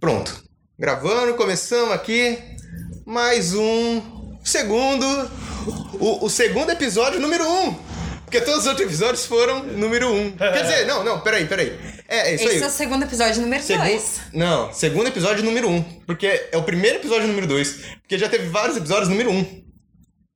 Pronto. Gravando, começamos aqui. Mais um. Segundo. O, o segundo episódio número um. Porque todos os outros episódios foram número um. Quer dizer, não, não, peraí, peraí. É, é isso Esse é o aí. segundo episódio número Segu- 2. Não, segundo episódio número um. Porque é o primeiro episódio número dois. Porque já teve vários episódios número um.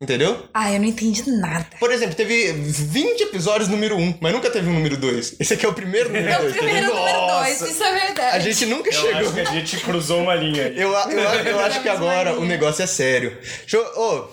Entendeu? Ah, eu não entendi nada. Por exemplo, teve 20 episódios número um, mas nunca teve um número dois. Esse aqui é o primeiro número É o dois, entendeu? primeiro número Nossa. 2, isso é verdade. A gente nunca Eu chegou. acho que a gente cruzou uma linha aí. Eu, a- eu, a- eu acho que Mas agora Maria. o negócio é sério. Deixa eu. Ô,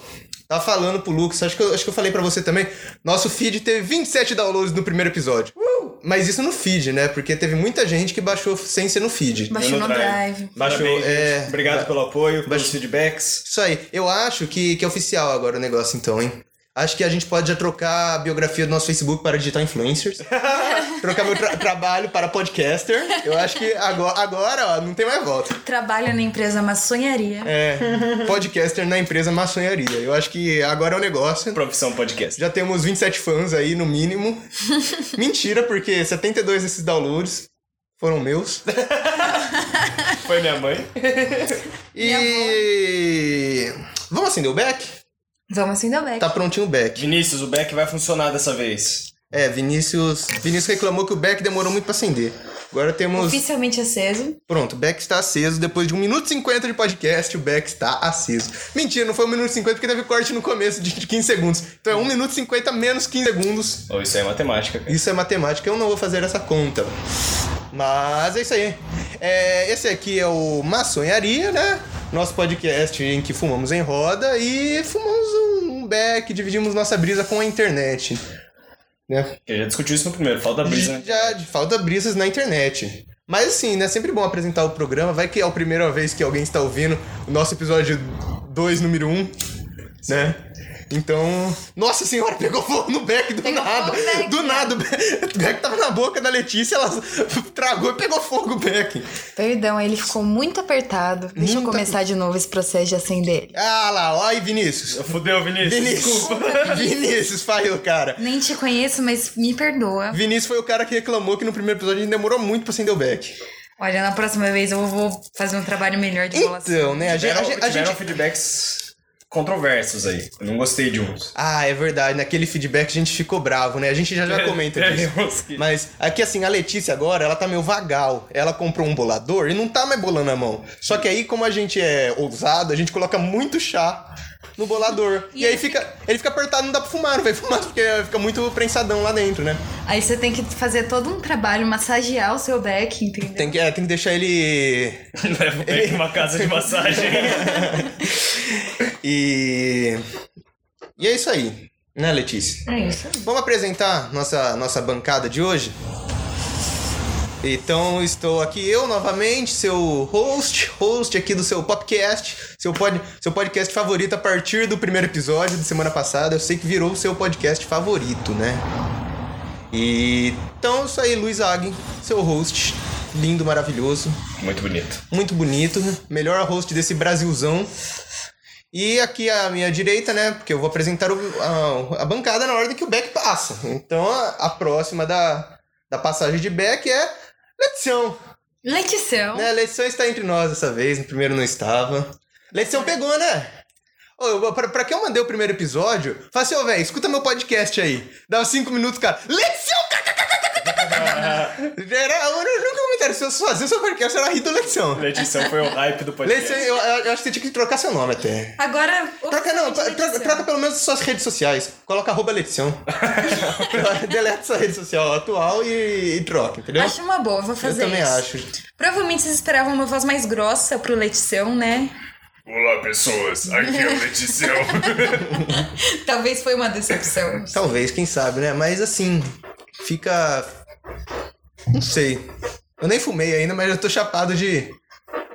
tava falando pro Lucas, acho que, eu, acho que eu falei pra você também. Nosso feed teve 27 downloads no primeiro episódio. Mas isso no feed, né? Porque teve muita gente que baixou sem ser no feed. Baixou no no drive. drive. Baixou, Parabéns, gente. Obrigado Obrigado pelo apoio, pelos feedbacks. Isso aí. Eu acho que, que é oficial agora o negócio, então, hein? Acho que a gente pode já trocar a biografia do nosso Facebook para digital influencers. trocar meu tra- trabalho para podcaster. Eu acho que agora, agora ó, não tem mais volta. Trabalha na empresa maçonharia. É, podcaster na empresa maçonharia. Eu acho que agora é o negócio. Profissão podcast. Já temos 27 fãs aí, no mínimo. Mentira, porque 72 desses downloads foram meus. Foi minha mãe. E. Vamos acender o back? Vamos assim também. Tá prontinho o back. Vinícius, o back vai funcionar dessa vez. É, Vinícius. Vinícius reclamou que o back demorou muito pra acender. Agora temos. Oficialmente aceso. Pronto, o back está aceso. Depois de 1 minuto e 50 de podcast, o back está aceso. Mentira, não foi 1 minuto e 50 porque teve corte no começo de de 15 segundos. Então é 1 minuto e 50 menos 15 segundos. Ou isso aí é matemática, cara. Isso é matemática, eu não vou fazer essa conta. Mas é isso aí. É, esse aqui é o Maçonharia, né? Nosso podcast em que fumamos em roda e fumamos um beck, dividimos nossa brisa com a internet. Né? Eu já discutiu isso no primeiro, falta brisa, né? Já de- É falta brisas na internet. Mas assim, né? Sempre bom apresentar o programa. Vai que é a primeira vez que alguém está ouvindo o nosso episódio 2, número 1, um, né? Então. Nossa senhora, pegou fogo no Beck do Pegou nada. fogo no Beck, do né? nada. O Beck- o Beck tava na boca da Letícia, ela tragou e pegou fogo o Beck. Perdão, ele ficou muito apertado. Deixa eu Muito começar de novo esse processo de acender ele. Ah lá, ó aí, Vinícius. Fudeu, Vinícius. Vinícius. Vinícius, falhou, cara. Nem te conheço, mas me perdoa. Vinícius foi o cara que reclamou que no primeiro episódio a gente demorou muito pra acender o Beck. Olha, na próxima vez eu vou fazer um trabalho melhor de enrolação. Então, né? A gente. Tiveram, a gente- a tiveram gente- feedbacks controversos aí. Eu não gostei de uns. Ah, é verdade. Naquele feedback a gente ficou bravo, né? A gente já É, já comenta disso. Uns que- Mas aqui assim, a Letícia agora, ela tá meio vagal. Ela comprou um bolador e não tá mais bolando a mão. Só que aí, como a gente é ousado, a gente coloca muito chá no bolador. E, E aí ele fica, ele fica apertado, não dá pra fumar, não vai fumar porque fica muito prensadão lá dentro, né? Aí você tem que fazer todo um trabalho, massagear o seu back, entendeu? Tem que, é, tem que deixar ele Leva o back numa casa de massagem. e E é isso aí, né, Letícia? É isso. Vamos apresentar nossa, nossa bancada de hoje? Então estou aqui eu novamente, seu host, host aqui do seu podcast, seu, pod, seu podcast favorito a partir do primeiro episódio de semana passada. Eu sei que virou o seu podcast favorito, né? E então isso aí, Luiz Hagen, seu host, lindo, maravilhoso, Muito bonito. muito bonito, né? melhor host desse Brasilzão. E aqui à minha direita, né? Porque eu vou apresentar o- a, a bancada na ordem que o Beck passa. Então a, a próxima da, da passagem de Beck é Letição. Letição. Né? Letição está entre nós dessa vez, no primeiro não estava. Letição pegou, né? Ô, eu- pra, pra que eu mandei o primeiro episódio? Falei assim, ô velho, escuta meu podcast aí. Dava cinco minutos, cara. Letição! Era, eu nunca me interessei se eu fazer o seu podcast, era rir do Letição. Letícia foi o hype do podcast. Letição, eu, eu acho que você tinha que trocar seu nome até. Agora. Troca, não, oficialmente troca, Letição. troca pelo menos suas redes sociais. Coloca arroba Letição. Deleta sua rede social atual e, e troca, entendeu? Acho uma boa, vou eu fazer também isso. acho. Provavelmente vocês esperavam uma voz mais grossa pro Letição, né? Olá, pessoas. Aqui é o Letícia. Talvez foi uma decepção. Talvez, quem sabe, né? Mas assim, fica. Não sei. Eu nem fumei ainda, mas eu tô chapado de.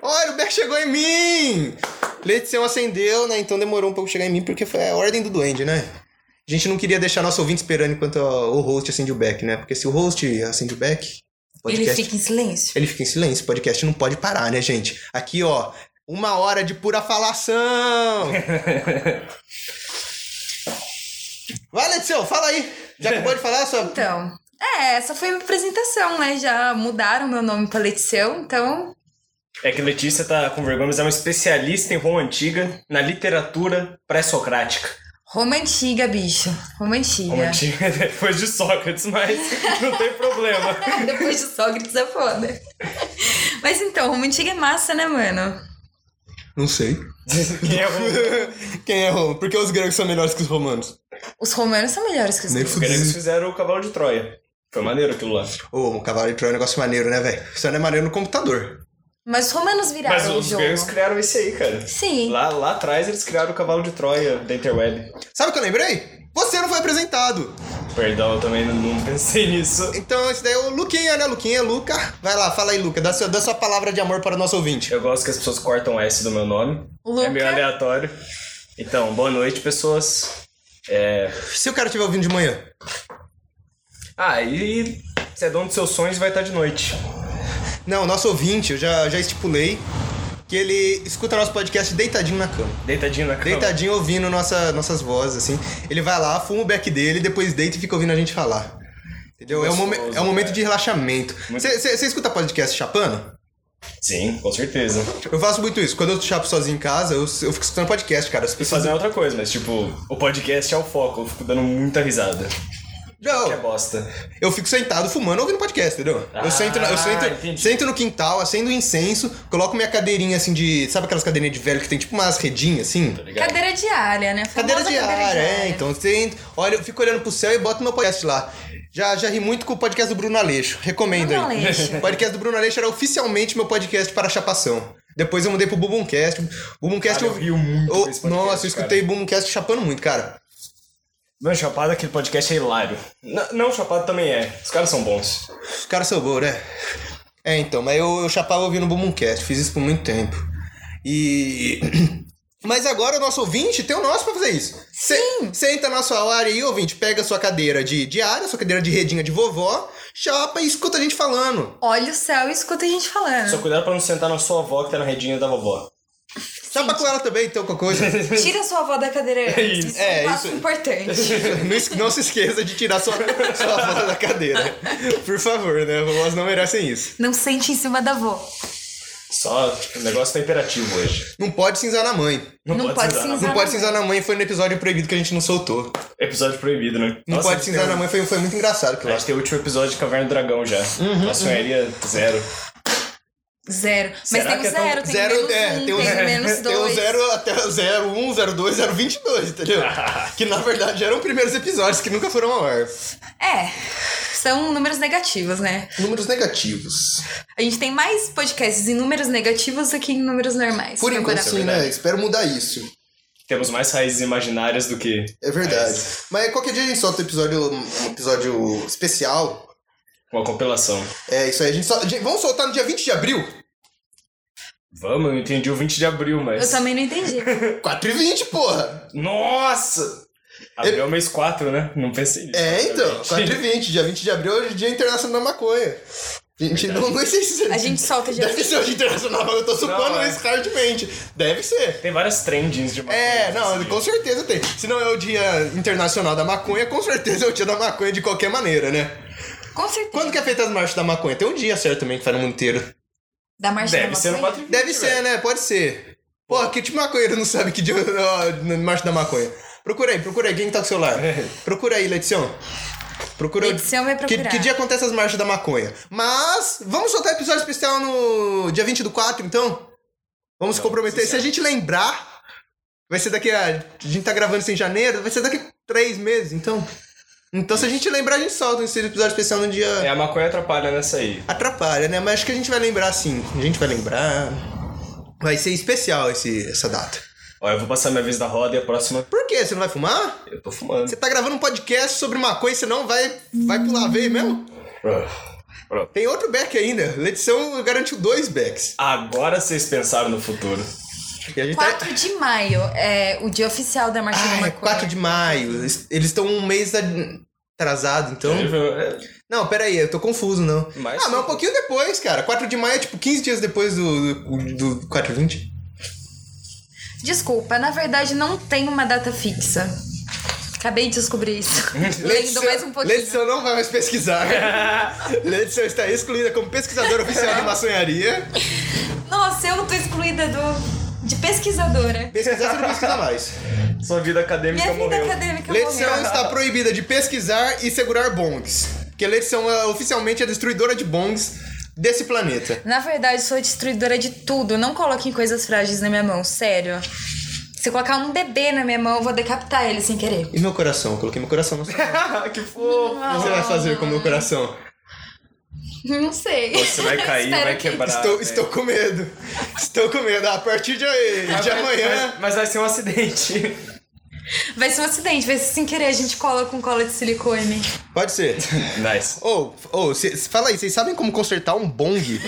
Olha, o Beck chegou em mim! Letição acendeu, né? Então demorou um pouco chegar em mim, porque foi a ordem do duende, né? A gente não queria deixar nosso ouvinte esperando enquanto o host acende o Beck, né? Porque se o host acende o Beck. o Ele podcast- fica em silêncio. Ele fica em silêncio. O podcast não pode parar, né, gente? Aqui, ó, uma hora de pura falação. Vai, Letícia, fala aí. Já acabou de falar? Sua... Então, é, essa foi a minha apresentação, né? Já mudaram meu nome pra Letição, então É que Letícia tá com vergonha, mas é uma especialista em Roma Antiga, na literatura pré-socrática. Roma antiga, bicho. Roma antiga. Roma Antiga é depois de Sócrates, mas não tem problema. Depois de Sócrates é foda. Mas então, Roma antiga é massa, né, mano? Não sei. Quem é o... Quem é Roma? Por que os gregos são melhores que os romanos? Os romanos são melhores que os Nem gregos. Os gregos fizeram o cavalo de Troia. Foi maneiro aquilo lá. Ô, o cavalo de Troia é um negócio maneiro, né, velho? Isso não é maneiro no computador. Mas os romanos viraram Mas o os jogo. gregos criaram esse aí, cara. Tá, Sim. Lá, lá atrás eles criaram o cavalo de Troia da Interweb. Sabe o que eu lembrei? Você não foi apresentado. Perdão, eu também não- não pensei nisso. Então esse daí é o Luquinha, né? Luquinha, Luca. Vai lá, fala aí, Luca. Dá sua, dá sua palavra de amor para o nosso ouvinte. Eu gosto que as pessoas cortam o S do meu nome. Luca. É meio aleatório. Então, boa noite, pessoas. É... Se o cara estiver ouvindo de manhã, Ah, e você é dono dos seus sonhos e vai estar de noite. Não, nosso ouvinte, eu já, já estipulei que ele escuta nosso podcast deitadinho na cama. Deitadinho na cama. Deitadinho ouvindo nossa, nossas vozes, assim. Ele vai lá, fuma o beck dele, depois deita e fica ouvindo a gente falar. Entendeu? É um, momen- Gostoso, é um momento cara. de relaxamento. Muito- Você escuta podcast chapando? Sim, com certeza. Eu faço muito isso. Quando eu chapo sozinho em casa, eu, eu fico escutando podcast, cara. As E pessoas. fazer outra coisa, mas tipo, o podcast é o foco. Eu fico dando muita risada. Que é Não, bosta. eu fico sentado fumando ouvindo podcast, entendeu? eu Ah, sento, na- eu sento, entendi. sento no quintal, acendo incenso, coloco minha cadeirinha assim de. Sabe aquelas cadeirinhas de velho que tem tipo umas redinhas assim? Tá ligado? Cadeira diária, né? Famosa Cadeira de ar, é, então. Você entra, olha, eu fico olhando pro céu e boto meu podcast lá. Já, já ri muito com o podcast do Bruno Aleixo. Recomendo Bruno aí. Aleixo. O podcast do Bruno Aleixo era oficialmente meu podcast para chapação. Depois eu mudei pro Bubuncast. Bubuncast Cara, eu rio muito eu- com esse podcast, Oh, Nossa, eu escutei Bubuncast chapando muito, cara. Mano, Chapado, aquele podcast é hilário. N- não, Chapado também é. Os caras são bons. Os caras são bons, né? É, então, mas eu, eu chapava ouvindo Bubuncast. Fiz isso por muito tempo. E. Mas agora o nosso ouvinte tem o nosso pra fazer isso. Cê- Senta na sua área aí, ouvinte, pega a sua cadeira de diária, sua cadeira de redinha de vovó, chapa e escuta a gente falando. Olha o céu e escuta a gente falando. Só cuidado pra não sentar na sua avó que tá na redinha da vovó. Chapa com ela também, então, qualquer coisa. Tira sua avó da cadeira. É isso. É, é, um passo isso. importante. não, es- não se esqueça de tirar sua, sua avó da cadeira. Por favor, né? Vovós não merecem isso. Não sente em cima da avó. Só, tipo, o negócio tá imperativo hoje. Não pode cinzar na mãe. Não pode sentar na cinzar. Não pode cinzar na mãe foi no episódio proibido que a gente não soltou. Episódio proibido, né? Não Nossa, É. pode cinzar tem- na mãe foi, foi muito engraçado, que eu A acho. gente tem o último episódio de Caverna do Dragão já. Uhum. A sonharia zero. Zero. Mas Será tem que o é tão- zero, tem o Zero, menos é, tem um, o tem zero, o menos tem o dois. zero um, até 0, 1, 0, 2, 0, 22, entendeu? que na verdade eram primeiros episódios que nunca foram ao ar. É. São números negativos, né? Números negativos. A gente tem mais podcasts em números negativos do que em números normais. Por enquanto, Procurar. sim, né? Espero mudar isso. Temos mais raízes imaginárias do que. É verdade. Mas qualquer dia a gente solta um episódio, um episódio especial. Uma compilação. É isso aí. A gente sol- gente- Vamos soltar no dia 20 de abril? Vamos, eu entendi o 20 de abril, mas. Eu também não entendi. 4 e 20, porra! Nossa! Abril é o mês 4, né? Não pensei nisso. É, então. 4 e obviamente. 20. Dia 20 de abril é o Dia Internacional da Maconha. Gente, não, não sei se... A gente solta dia Deve ser o Dia Internacional, eu tô supondo Não, é. isso claramente. Deve ser. Tem várias trendings de maconha É, não, nesse com certeza tem. Se não é o dia internacional da maconha, com certeza é o dia da maconha de qualquer maneira, né? Com certeza. Quando que é feita as marchas da maconha? Tem um dia certo também que faz no mundo inteiro. Da marcha da dia. Deve ser no é maconha? 4 e 20, Deve ser, velho. né? Pode ser. Pô, que tipo de maconheiro não sabe que dia é a marcha da maconha? Procura aí, procura aí. Quem tá com o celular? É. Procura aí, Leticião. Procura Leticião vai que, é procurar. que dia acontece as marchas da maconha? Mas, vamos soltar episódio especial no dia 20 do 4, então? Vamos se comprometer. Se a gente lembrar, vai ser daqui a. A gente tá gravando isso em janeiro, vai ser daqui a três meses, então. Então, se a gente lembrar, a gente solta esse episódio especial no dia. É, a maconha atrapalha nessa aí. Atrapalha, né? Mas acho que a gente vai lembrar sim. A gente vai lembrar. Vai ser especial esse, essa data. Ó, eu vou passar minha vez da roda e a próxima. Por quê? Você não vai fumar? Eu tô fumando. Você tá gravando um podcast sobre maconha, você não vai, vai pular veio mesmo? Tem outro back ainda. Letição garantiu dois backs. Agora vocês pensaram no futuro. E a gente tá- 4 de maio é o dia oficial da marcha da Ai, maconha. 4 de maio. Eles estão um mês ad- atrasado, então. É, Não, pera aí, eu tô confuso, não. Mas- ah, mas um pouquinho depois, cara. 4 de maio é tipo 15 dias depois do, do, do 4 e 20. Desculpa, na verdade não tem uma data fixa. Acabei de descobrir isso. Lendo mais um pouquinho. Letição não vai mais é pesquisar. Letição está excluída como pesquisadora oficial de maçonharia. Nossa, pesquisador. De pesquisadora. Pesquisar você não pesquisa mais. Sua vida acadêmica Minha vida morreu. acadêmica Leção morreu. está proibida de pesquisar e segurar bongs. Porque Leção é oficialmente a destruidora de bongs desse planeta. Na verdade, sou destruidora de tudo. Não coloquem coisas frágeis na minha mão, sério. Se eu colocar um bebê na minha mão, eu vou decapitar ele sem querer. E meu coração? Eu coloquei meu coração na sua mão. que fofo. Ah. O que você vai fazer com meu coração? Não sei. Você vai cair, Espero vai que- quebrar. estou, velho. estou com medo. Estou com medo. A partir de, de amanhã. É. Mas, mas vai ser um acidente. Vai ser um acidente, vai ser sem querer. A gente cola com cola de silicone. Pode ser. Nice. Ou, ou, cê- fala aí, vocês sabem como consertar um bong?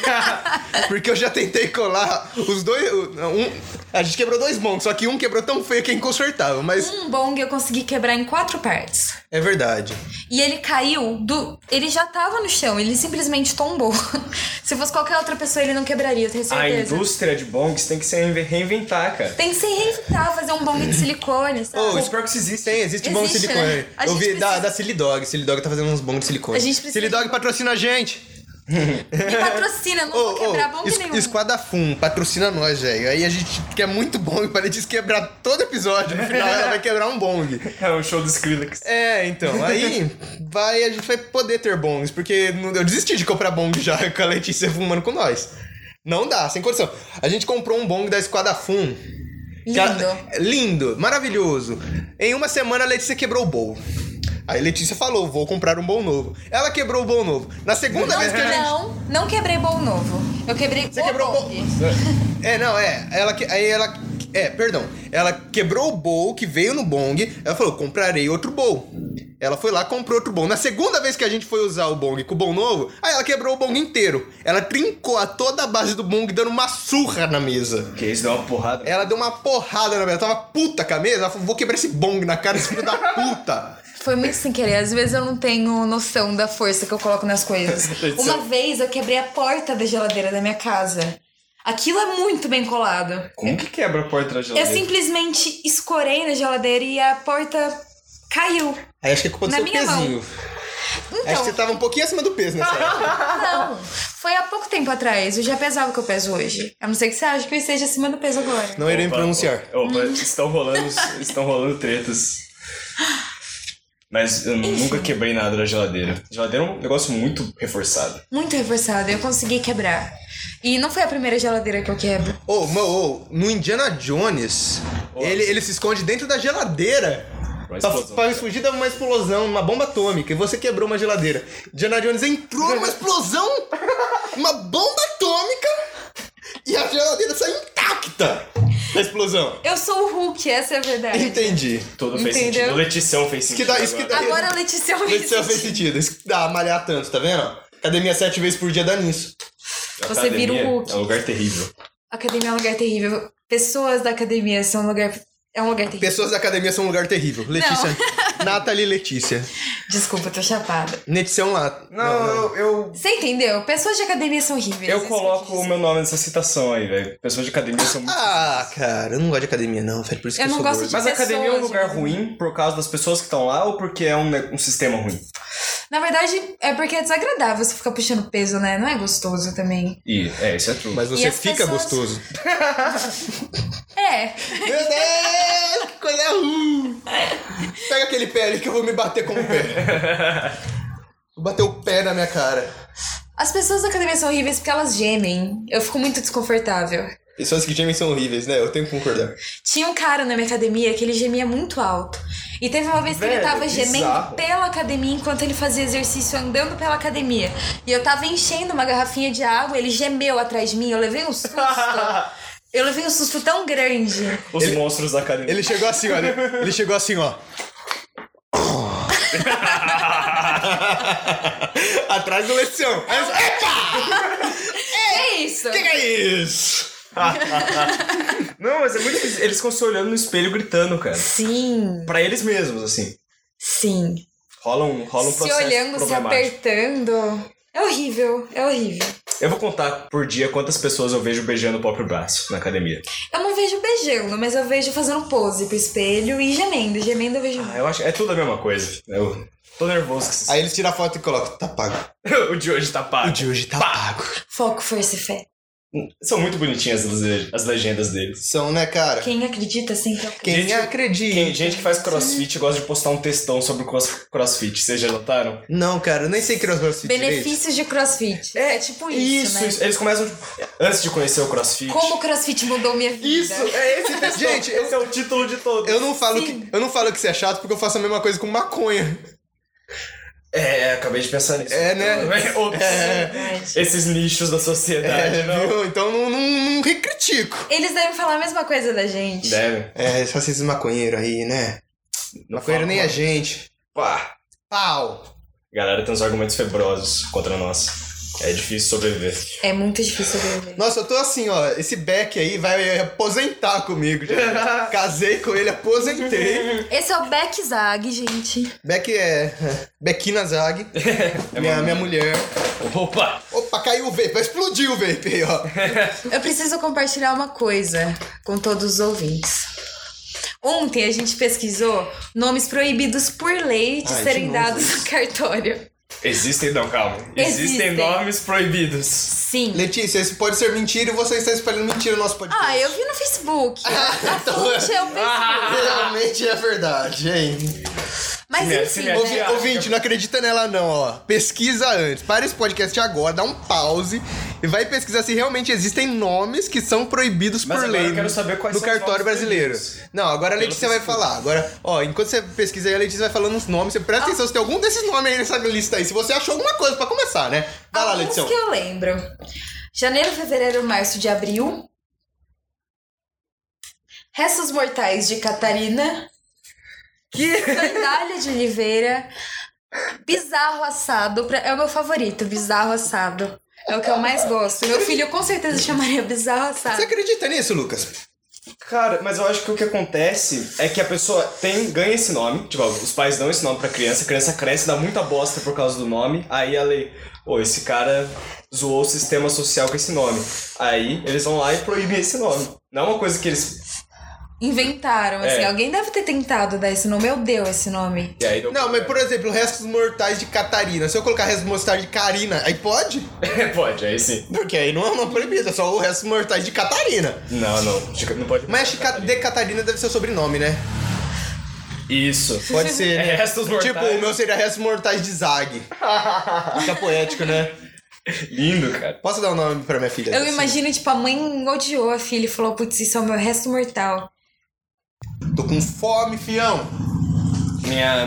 Porque eu já tentei colar os dois. Um, a gente quebrou dois bongs, só que um quebrou tão feio que é inconsertável, mas Um bong eu consegui quebrar em quatro partes. é verdade. E ele caiu do. Ele já tava no chão, ele simplesmente tombou. Se fosse qualquer outra pessoa, ele não quebraria, eu tenho A certeza. indústria de bongs tem que se reinve- reinventar, cara. Tem que se reinventar, fazer um bong de silicone, sabe? Ô, Os porcos existem. Tem, existe bong de Existe, silicone. né? A Eu gente vi da, precisa- da Silidog. Silidog tá fazendo uns bons de silicone. A gente precisa- Silidog patrocina a gente. Me patrocina, eu não Ô, vou quebrar bong ô, es- nenhum. Esquadafum, patrocina nós, velho. Aí a gente quer muito bong pra gente quebrar todo episódio. No final ela vai quebrar um bong. É um show do Skrillex. É, então, aí vai, a gente vai poder ter bongs, porque não- eu desisti de comprar bong já com a Letícia fumando com nós. Não dá, sem condição. A gente comprou um bong da Esquadra Fum. Que ela- Lindo. lindo, maravilhoso. Em uma semana a Letícia quebrou o bowl. Aí a Letícia falou, vou comprar um bowl novo. Ela quebrou o bowl novo. Na segunda Não, vez que a gente... não, não quebrei bom novo. Eu quebrei Você o quebrou o bong. É, não, é. Ela que, aí ela. É, perdão. Ela quebrou o bowl que veio no bong. Ela falou: comprarei outro bowl. Ela foi lá, comprou outro bong. Na segunda vez que a gente foi usar o bong com o bong novo, aí ela quebrou o bong inteiro. Ela trincou a toda a base do bong, dando uma surra na mesa. Que isso, dá uma porrada. Ela deu uma porrada na mesa. Ela tava puta com a mesa. Ela falou: vou quebrar esse bong na cara desse filho da puta. Foi muito sem querer. Às vezes eu não tenho noção da força que eu coloco nas coisas. Uma vez eu quebrei a porta da geladeira da minha casa. Aquilo é muito bem colado. Como que quebra a porta da Eu geladeira? simplesmente escorei na geladeira e a porta caiu. Aí acho que é culpa do Na seu minha mão. pezinho. Acho que você Então, tava um pouquinho acima do peso nessa época. não. Foi há pouco tempo atrás. Eu já pesava o que eu peso hoje. A não ser que você ache que eu esteja acima do peso agora. Não irei me Opa, pronunciar. opa, opa, estão rolando, estão rolando tretas. Mas eu nunca quebrei nada da geladeira. Geladeira é um negócio muito reforçado. Muito reforçado. Eu consegui quebrar. E não foi a primeira geladeira que eu quebro. Ô, oh, no Indiana Jones, Ô. ele, ele se esconde dentro da geladeira. Pra, Uma explosão. pra fugir de uma explosão, uma bomba atômica, e você quebrou uma geladeira. Indiana Jones entrou numa explosão, uma bomba atômica, e a geladeira saiu intacta da explosão. Eu sou o Hulk, essa é a verdade. Entendi. Tudo fez Entendeu? sentido. Letição fez que sentido. dá- isso que agora. dá- Agora a Letícia é o Vê se isso fez sentido. Isso que dá malhar tanto, tá vendo? Academia sete vezes por dia dá nisso. A Você vira um academia Hulk. É um lugar terrível. Academia é um lugar terrível. Pessoas da academia são um lugar. É um lugar terrível. Pessoas da academia são um lugar terrível. Letícia. Nathalie Letícia. Desculpa, eu tô chapada. Netição lá. eu. Você entendeu? Pessoas de academia são horríveis. Eu isso é que coloco eu o disse. meu nome nessa citação aí, velho. Pessoas de academia são muito. Ah, cara, eu não gosto de academia, não, velho. Por isso que Eu eu não sou gosto gordo. de- Mas a academia é um pessoas, lugar né? ruim por causa das pessoas que estão lá ou porque é um, ne- um sistema ruim? Na verdade, é porque é desagradável você ficar puxando peso, né? Não é gostoso também. E é, isso é true. Mas você as fica pessoas- gostoso. É. Meu Deus, que coisa ruim. Pega aquele pé ali que eu vou me bater com o pé. Vou bater o pé na minha cara. As pessoas da academia são horríveis porque elas gemem. Eu fico muito desconfortável. Pessoas que gemem são horríveis, né? Eu tenho que concordar. Tinha um cara na minha academia que ele gemia muito alto. E teve uma vez que Velho, ele tava bizarro. gemendo pela academia enquanto ele fazia exercício andando pela academia. E eu tava enchendo uma garrafinha de água, ele gemeu atrás de mim, eu levei um susto. eu levei um susto tão grande. Os monstros da academia. Ele chegou assim, olha. Ele chegou assim, ó. Atrás do lecião. Aí eu- Epa! Que isso? Que que é isso? Não, mas é muito difícil. Eles ficam se olhando no espelho gritando, é? cara. Sim, Pra eles mesmos, assim. sim. Rola um, rola um se processo olhando, se problemático. apertando. É horrível, é horrível. Eu vou contar por dia quantas pessoas eu vejo beijando o próprio braço na academia. Eu não vejo beijando, mas eu vejo fazendo pose pro espelho e gemendo. Gemendo eu vejo. Ah, eu acho... É tudo a mesma coisa. Eu tô nervoso que Aí ele tira a foto e coloca, tá pago. vocês... O de hoje tá pago. O de hoje tá pago. Foco, força e fé. São muito bonitinhas as, le- as legendas deles. São, né, cara? Quem acredita sempre Quem alcança. Gente- acredita? Tem gente que faz crossfit e gosta de postar um textão sobre o cross- crossfit. Vocês já notaram? Não, cara, eu nem sei criar os meus filhos direito. Benefícios de crossfit. É, tipo isso, Isso, né? isso. Eles começam tipo, antes de conhecer o crossfit. Como o crossfit mudou minha vida. Isso, é esse textão. Gente, eu- esse é o título de todo. Eu não, falo Sim. que, eu não falo que isso é chato porque eu faço a mesma coisa com maconha. É, acabei de pensar nisso. É, né? Ops. É Verdade. Esses nichos da sociedade, É, não. viu? Então não, não, não recritico. Eles devem falar a mesma coisa da gente. Deve. É, só esses maconheiros aí, né? Não maconheiro fala, nem mano. a gente. Pá. Pau! Galera tem uns argumentos febrosos contra nós. É difícil sobreviver. É muito difícil sobreviver. Nossa, eu tô assim, ó. Esse Beck aí vai aposentar comigo, gente. Casei com ele, aposentei. Esse é o Beck Zag, gente. Beck é. Bequina Zag. minha, minha É, mulher. Opa! Opa, caiu o vape. Vai explodir o vape aí, ó. Eu preciso compartilhar uma coisa com todos os ouvintes. Ontem a gente pesquisou nomes proibidos por lei de Ai, de serem novo dados no cartório. Existem, não, calma. Existem, Existem. nomes proibidos. Sim. Letícia, isso pode ser mentira e você está espalhando mentira no nosso podcast. Ah, eu vi no Facebook. Ah, A então. fonte é o Ah, Facebook. Realmente é verdade, hein? Mas Se me- enfim, se me né? Ouvi- ouvinte, não acredita nela não, ó. Pesquisa antes. Para esse podcast agora, dá um pause e vai pesquisar se realmente existem nomes que são proibidos Mas por agora lei eu quero saber quais do são os cartório nomes brasileiro. proibidos. Não, agora a Letícia vai Facebook. falar. Agora, ó, enquanto você pesquisa aí, a Letícia vai falando os nomes. Você presta Ah. atenção se tem algum desses nomes aí nessa lista aí. Se você achou alguma coisa pra começar, né? Vai Ah, lá, Alguns Letícia. que eu lembro. Janeiro, fevereiro, março de abril. Restos mortais de Catarina. Sandália de Oliveira. Bizarro assado. pra- É o meu favorito, bizarro assado. É o que eu mais gosto. Meu filho com certeza chamaria bizarro Você assado. acredita nisso, Lucas? Cara, mas eu acho que o que acontece é que a pessoa tem, ganha esse nome, tipo, os pais dão esse nome pra criança, a criança cresce, dá muita bosta por causa do nome, aí a lei, pô, esse cara zoou o sistema social com esse nome. Aí eles vão lá e proíbem esse nome. Não é uma coisa que eles. Inventaram, assim. É. Alguém deve ter tentado dar esse nome. Eu deu esse nome. E aí deu- Não, mas por exemplo, restos mortais de Catarina. Se eu colocar restos mortais de Karina, aí pode? É, Pode, aí sim. Porque aí não é uma proibida, é só o restos mortais de Catarina. Não, não. Chica- Não pode. Mas acho que Ca- de Catarina deve ser o sobrenome, né? Isso. Pode ser, né? É restos mortais. Tipo, o meu seria Restos Mortais de Zag. Fica poético, né? Lindo, cara. Posso dar um nome pra minha filha? Eu Assim, imagino, tipo, a mãe odiou a filha e falou: Putz, isso é o meu resto mortal. Tô com fome, fião. Minha.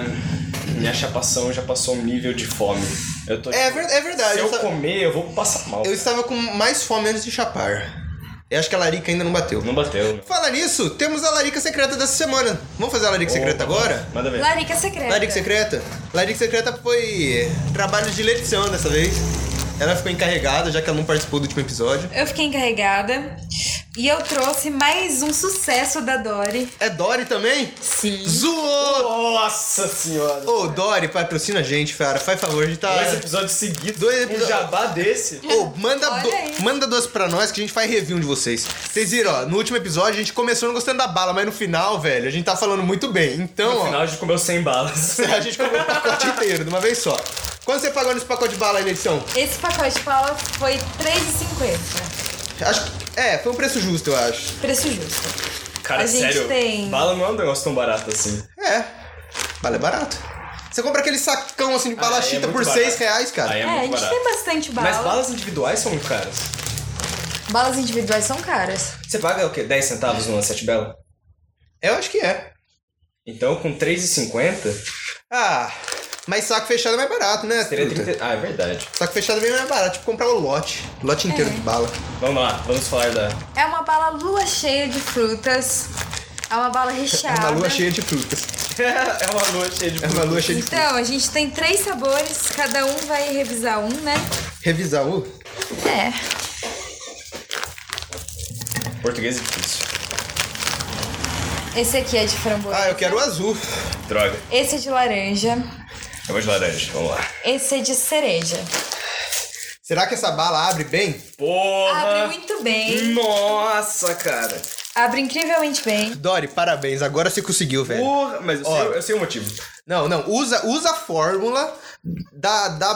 Minha chapação já passou um nível de fome. Eu tô. É, ver- é verdade. Se Eu, eu esta- comer, eu vou passar mal. eu estava com mais fome antes de chapar. Eu acho que a Larica ainda não bateu. Não bateu. né? Fala nisso, temos a Larica Secreta dessa semana. Vamos fazer a Larica Secreta Opa, agora? Manda ver. Larica secreta. Larica Secreta? Larica Secreta foi trabalho de Letição dessa vez. Ela ficou encarregada, já que ela não participou do último episódio. Eu fiquei encarregada e eu trouxe mais um sucesso da Dory. É Dory também? Sim. Zoou! Nossa senhora! Ô, Dory, patrocina a gente, cara. Faz favor, a gente tá. Dois episódios seguidos, Dois um episódios. jabá desse. Ô, manda, Olha do- aí. manda doce pra nós que a gente faz review de vocês. Vocês viram, ó, no último episódio a gente começou não gostando da bala, mas no final, velho, a gente tá falando muito bem. Então, No ó, final a gente comeu 100 balas. a gente comeu o pacote inteiro de uma vez só. Quanto você pagou nesse pacote de bala aí na edição? Esse pacote de bala foi R$3,50. Acho que. É, foi um preço justo, eu acho. Preço justo. Cara, A gente sério, tem- bala não é um negócio tão barato assim. É. Bala é barato. Você compra aquele sacão assim de Ah, aí é balachita muito por barato. 6 reais, cara. Aí É, é, a muito gente barato. tem bastante bala. Mas balas individuais são muito caras. Balas individuais são caras. Você paga o quê? 10 centavos numa sete bela? Eu acho que é. Então com 3,50 Ah, mas saco fechado é mais barato, né? teria truta? 30. Ah, é verdade. Saco fechado é bem mais barato, tipo comprar o lote. Lote É. inteiro de bala. Vamos lá, vamos falar da. É uma bala lua cheia de frutas. É uma bala recheada. Uma lua cheia de frutas. é uma lua cheia de. É uma lua cheia de frutas. Então, a gente tem três sabores, cada um vai revisar um, né? Revisar o. É. Português é difícil. Esse aqui é de framboesa. Ah, eu quero o azul. Droga. Esse é de laranja. Eu vou de laranja, vamos lá. Esse é de cereja. Será que essa bala abre bem? Porra! Abre muito bem. Nossa, cara. Abre incrivelmente bem. Dori, parabéns, agora você conseguiu, velho. Porra, mas eu sei, Ó. eu sei o motivo. Não, não, usa, usa a fórmula da, da,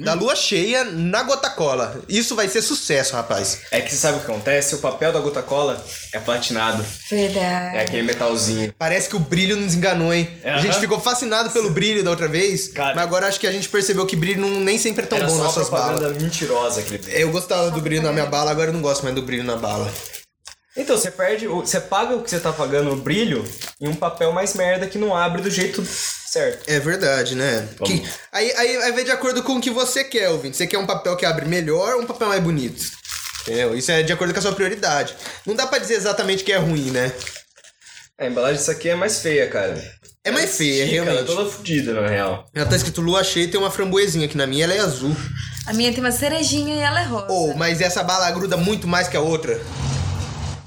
da lua cheia na gota cola. Isso vai ser sucesso, rapaz. É que você sabe o que acontece? O papel da gota cola é platinado. Verdade. É aquele metalzinho. Parece que o brilho nos enganou, hein? A Aham. gente ficou fascinado pelo brilho da outra vez, Cara. mas agora acho que a gente percebeu que brilho não, nem sempre é tão Era bom só nas uma suas propaganda balas. mentirosa aquele dele. Eu gostava do brilho na minha bala, agora eu não gosto mais do brilho na bala. Então, você perde, o- você paga o que você tá pagando o brilho em um papel mais merda que não abre do jeito certo. É verdade, né? Vamos. Que- aí, aí, aí vai de acordo com o que você quer, ouvinte. Você quer um papel que abre melhor ou um papel mais bonito? Entendeu? Isso é de acordo com a sua prioridade. Não dá pra dizer exatamente que é ruim, né? A embalagem disso aqui é mais feia, cara. É mais Ela feia, estica, Ela é realmente. toda fodida, na real. Ela tá escrito lua cheia e tem uma framboezinha aqui na minha, ela é azul. A minha tem uma cerejinha e ela é rosa. Ou, mas essa bala gruda muito mais que a outra.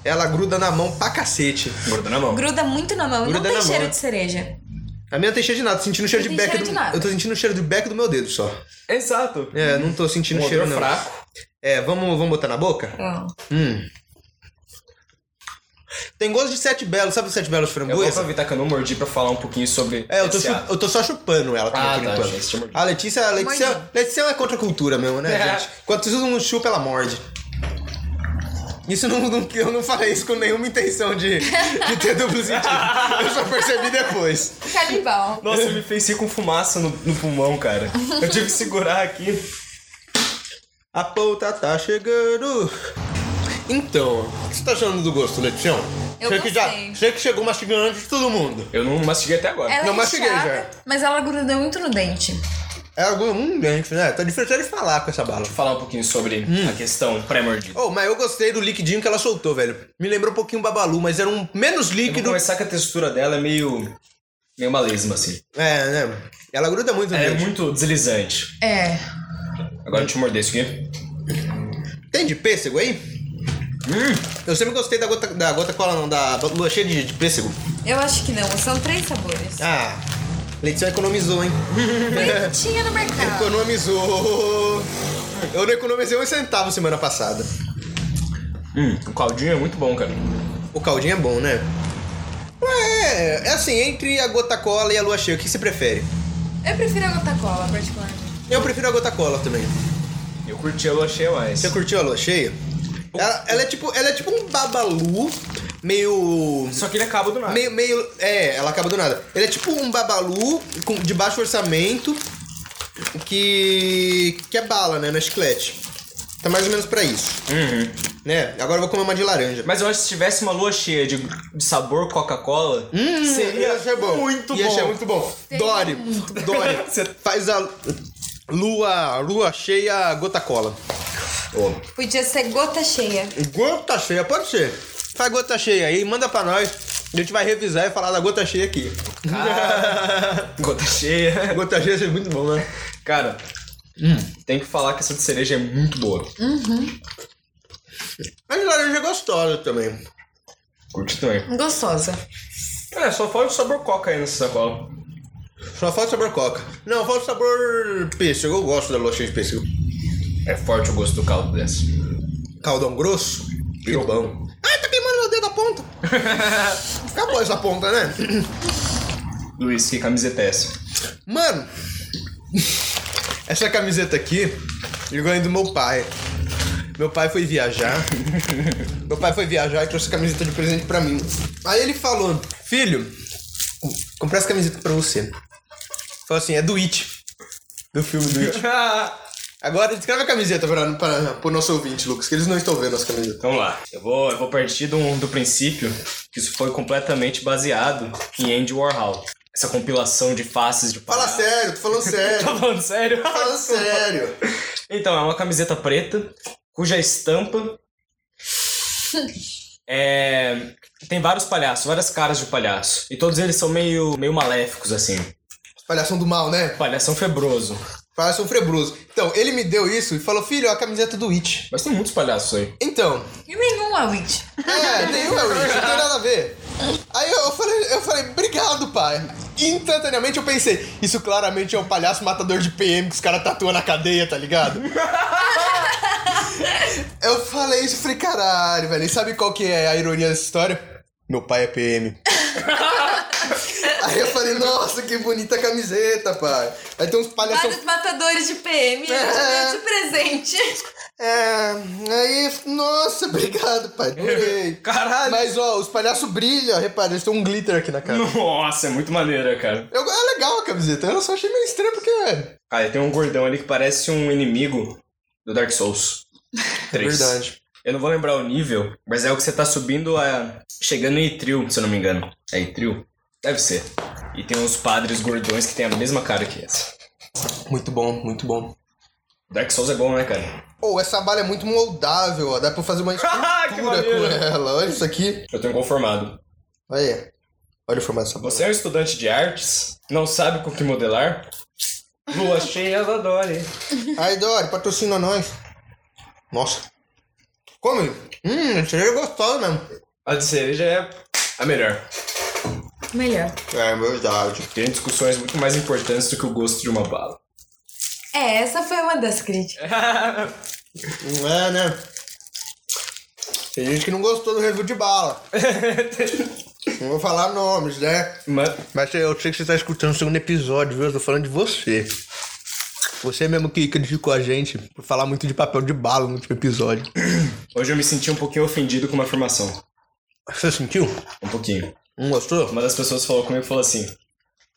Ela gruda na mão pra cacete. Gruda na mão. Gruda muito na mão. Gruda não na tem mão, cheiro né? de cereja. A minha não tem cheiro de nada, tô sentindo cheiro Não de tem beck. cheiro do- de nada. Eu tô sentindo cheiro do beck do meu dedo só. Exato. É, não tô sentindo Um cheiro odor não. fraco. É, vamos, vamos botar na boca? Ó. Hum. Tem gosto de sete belos, sabe o sete belos Eu vou framboesa? aproveitar que eu não mordi pra falar um pouquinho sobre É, eu tô, esse chu- ato. eu tô só chupando ela também, Ah, por tá, enquanto. achei que tinha mordido. a Letícia, a Letícia, Mordida. Letícia é contra a cultura mesmo, né, É. gente? Enquanto todo mundo chupa, ela morde. Isso não, não- eu não falei isso com nenhuma intenção de, de ter duplo sentido. Eu só percebi depois. Tá Canibal. Nossa, me fez ir com fumaça no, no pulmão, cara. Eu tive que segurar aqui. A polta tá chegando. Então, o que você tá achando do gosto, Letião? Eu Você que já, gostei. você que chegou mastigando antes de todo mundo. Eu não mastiguei até agora. Ela Não, é mas cheguei recheada, mas ela gruda muito no dente. É algo um dente, né? Tá difícil de falar com essa bala. Falar um pouquinho sobre a questão pré-mordida. Oh, mas eu gostei do liquidinho que ela soltou, velho. Me lembrou um pouquinho o Babalu, mas era um menos Eu vou líquido. começar que a textura dela é meio. meio malesma, assim. É, né? Ela gruda muito no Ela é dente. muito deslizante. É. Agora deixa eu morder isso aqui. Tem de pêssego aí? Hum, Eu sempre gostei da gota, da gota cola, não, da lua cheia de, de pêssego. Eu acho que não. São três sabores. Ah, Letícia economizou, hein? Tinha no Ah. mercado. economizou. Eu não economizei um centavo semana passada. hum, o caldinho é muito bom, cara. O caldinho é bom, né? É, é assim, entre a gota cola e a lua cheia, o que você prefere? Eu prefiro a gota cola, particularmente. Eu prefiro a gota cola também. Eu curti a lua cheia mais. Você curtiu a lua cheia? Ela, ela é tipo, ela é tipo um babalu, meio. Só que ele acaba do nada. Meio, meio. É, ela acaba do nada. Ele é tipo um babalu com, de baixo orçamento que. que é bala, né? Na chiclete. Tá mais ou menos pra isso. Uhum. Né? Agora eu vou comer uma de laranja. Mas eu acho que se tivesse uma lua cheia de, de sabor Coca-Cola, seria Ia ser bom. muito Ia bom. ser muito bom. Seria Dori, muito Dori, faz a lua, lua cheia, gota cola. Podia ser gota cheia. Gota cheia, pode ser. Faz gota cheia aí, manda pra nós. A gente vai revisar e falar da gota cheia aqui. Gota cheia. Ah. gota cheia seria muito bom, né? Cara, tem que falar que essa de cereja é muito boa. Mas laranja é gostosa também. Curti também. Gostosa. É, só falta o sabor coca aí nessa sacola. Só falta sabor coca. Não, falta sabor pêssego. Eu gosto da lua cheia de pêssego. É forte o gosto do caldo dessa. Caldão grosso. Que Eu- bom. Ai, tá queimando meu dedo da ponta. Acabou essa ponta, né? Luiz, que camiseta é essa? Mano, essa camiseta aqui eu ganhei do meu pai. Meu pai foi viajar. meu pai foi viajar e trouxe a camiseta de presente pra mim. Aí ele falou: Filho, comprei essa camiseta pra você. Falou assim: É do It. Do filme do It. Agora descreve a camiseta pra, pra, pro nosso ouvinte, Lucas, que eles não estão vendo as camisetas. Vamos Então lá. Eu vou, eu vou partir do, do princípio que isso foi completamente baseado em Andy Warhol. Essa compilação de faces de Fala palhaço. sério, tô falando sério. Tá falando sério? tô falando sério. Então, é uma camiseta preta, cuja estampa é... Tem vários palhaços, várias caras de palhaço. E todos eles são meio, meio maléficos, assim. Palhação do mal, né? Palhação febroso. Palhação frebroso. Então, ele me deu isso e falou: Filho, ó, a camiseta é do It. Mas tem muitos palhaços aí. Então, E nenhum Awit. É, nenhum é o Rich, não tem nada a ver. Aí eu falei, eu falei, obrigado, pai. Instantaneamente eu pensei, isso claramente é um palhaço matador de PM que os caras tatuam na cadeia, tá ligado? Eu falei isso, eu falei, caralho, velho. E sabe qual que é a ironia dessa história? Meu pai é PM. Aí eu falei, nossa, que bonita camiseta, pai. Aí tem uns palhaços. Vários matadores de PM, eu te dei de presente. É. Aí, nossa, obrigado, pai. Adorei. Caralho. Mas ó, os palhaços brilham, repara, eles têm um glitter aqui na cara. Nossa, é muito maneira, cara. Eu, é legal a camiseta, eu só achei meio estranho porque. É Cara, tem um gordão ali que parece um inimigo do Dark Souls. Três. verdade. Eu não vou lembrar o nível, mas é o que você tá subindo a. chegando em Itril, se eu não me engano. É Itril? Deve ser. E tem uns padres gordões que tem a mesma cara que essa. Muito bom, muito bom. Dark Souls é bom, né, cara? Ou essa bala é muito moldável, ó. Dá pra fazer uma Que escultura maneiro. com ela. Olha isso aqui. Eu tô inconformado. Olha aí. Olha o formato dessa bala. Você é um estudante de artes? Não sabe com que modelar? Lua cheia, ela adore. Aí, Dori, patrocina nós. Nossa. Come. Hum, seria gostosa mesmo. A de cereja é a melhor. Melhor. É verdade. Tem discussões muito mais importantes do que o gosto de uma bala. É, essa foi uma das críticas. Não é, né? Tem gente que não gostou do review de bala. não vou falar nomes, né? Mas, Mas eu sei que você tá escutando o segundo episódio, viu? Eu tô falando de você. Você mesmo que criticou a gente por falar muito de papel de bala no último episódio. hoje eu me senti um pouquinho ofendido com uma afirmação. Você sentiu? Um pouquinho. Não gostou? Uma das pessoas falou comigo e falou assim: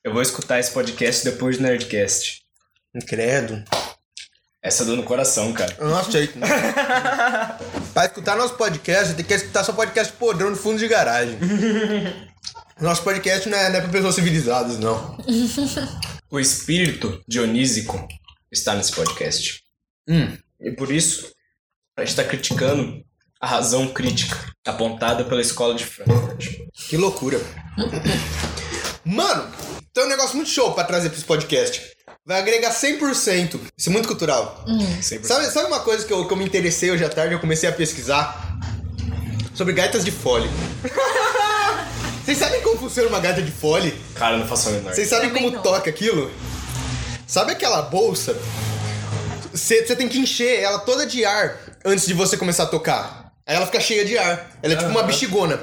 Eu vou escutar esse podcast depois do Nerdcast. Credo. Essa dor no coração, cara. Eu não aceito. Né? pra escutar nosso podcast, você tem que escutar só podcast podrão no fundo de garagem. Nosso podcast não é, não é pra pessoas civilizadas, não. O espírito dionísico está nesse podcast. Hum. E por isso, a gente está criticando a razão crítica apontada pela escola de Frankfurt. Que loucura. Mano, tem um negócio muito show pra trazer pra esse podcast. Vai agregar 100%. Isso é muito cultural. Sempre. Sabe, sabe uma coisa que eu, que eu me interessei hoje à tarde? Eu comecei a pesquisar sobre gaitas de fole. Vocês sabem como funciona uma gaita de fole? Cara, não faço a menor. Vocês sabem Também como não. toca aquilo? Sabe aquela bolsa? Você tem que encher ela toda de ar antes de você começar a tocar. Aí ela fica cheia de ar. Ela é tipo uma Aham. bexigona.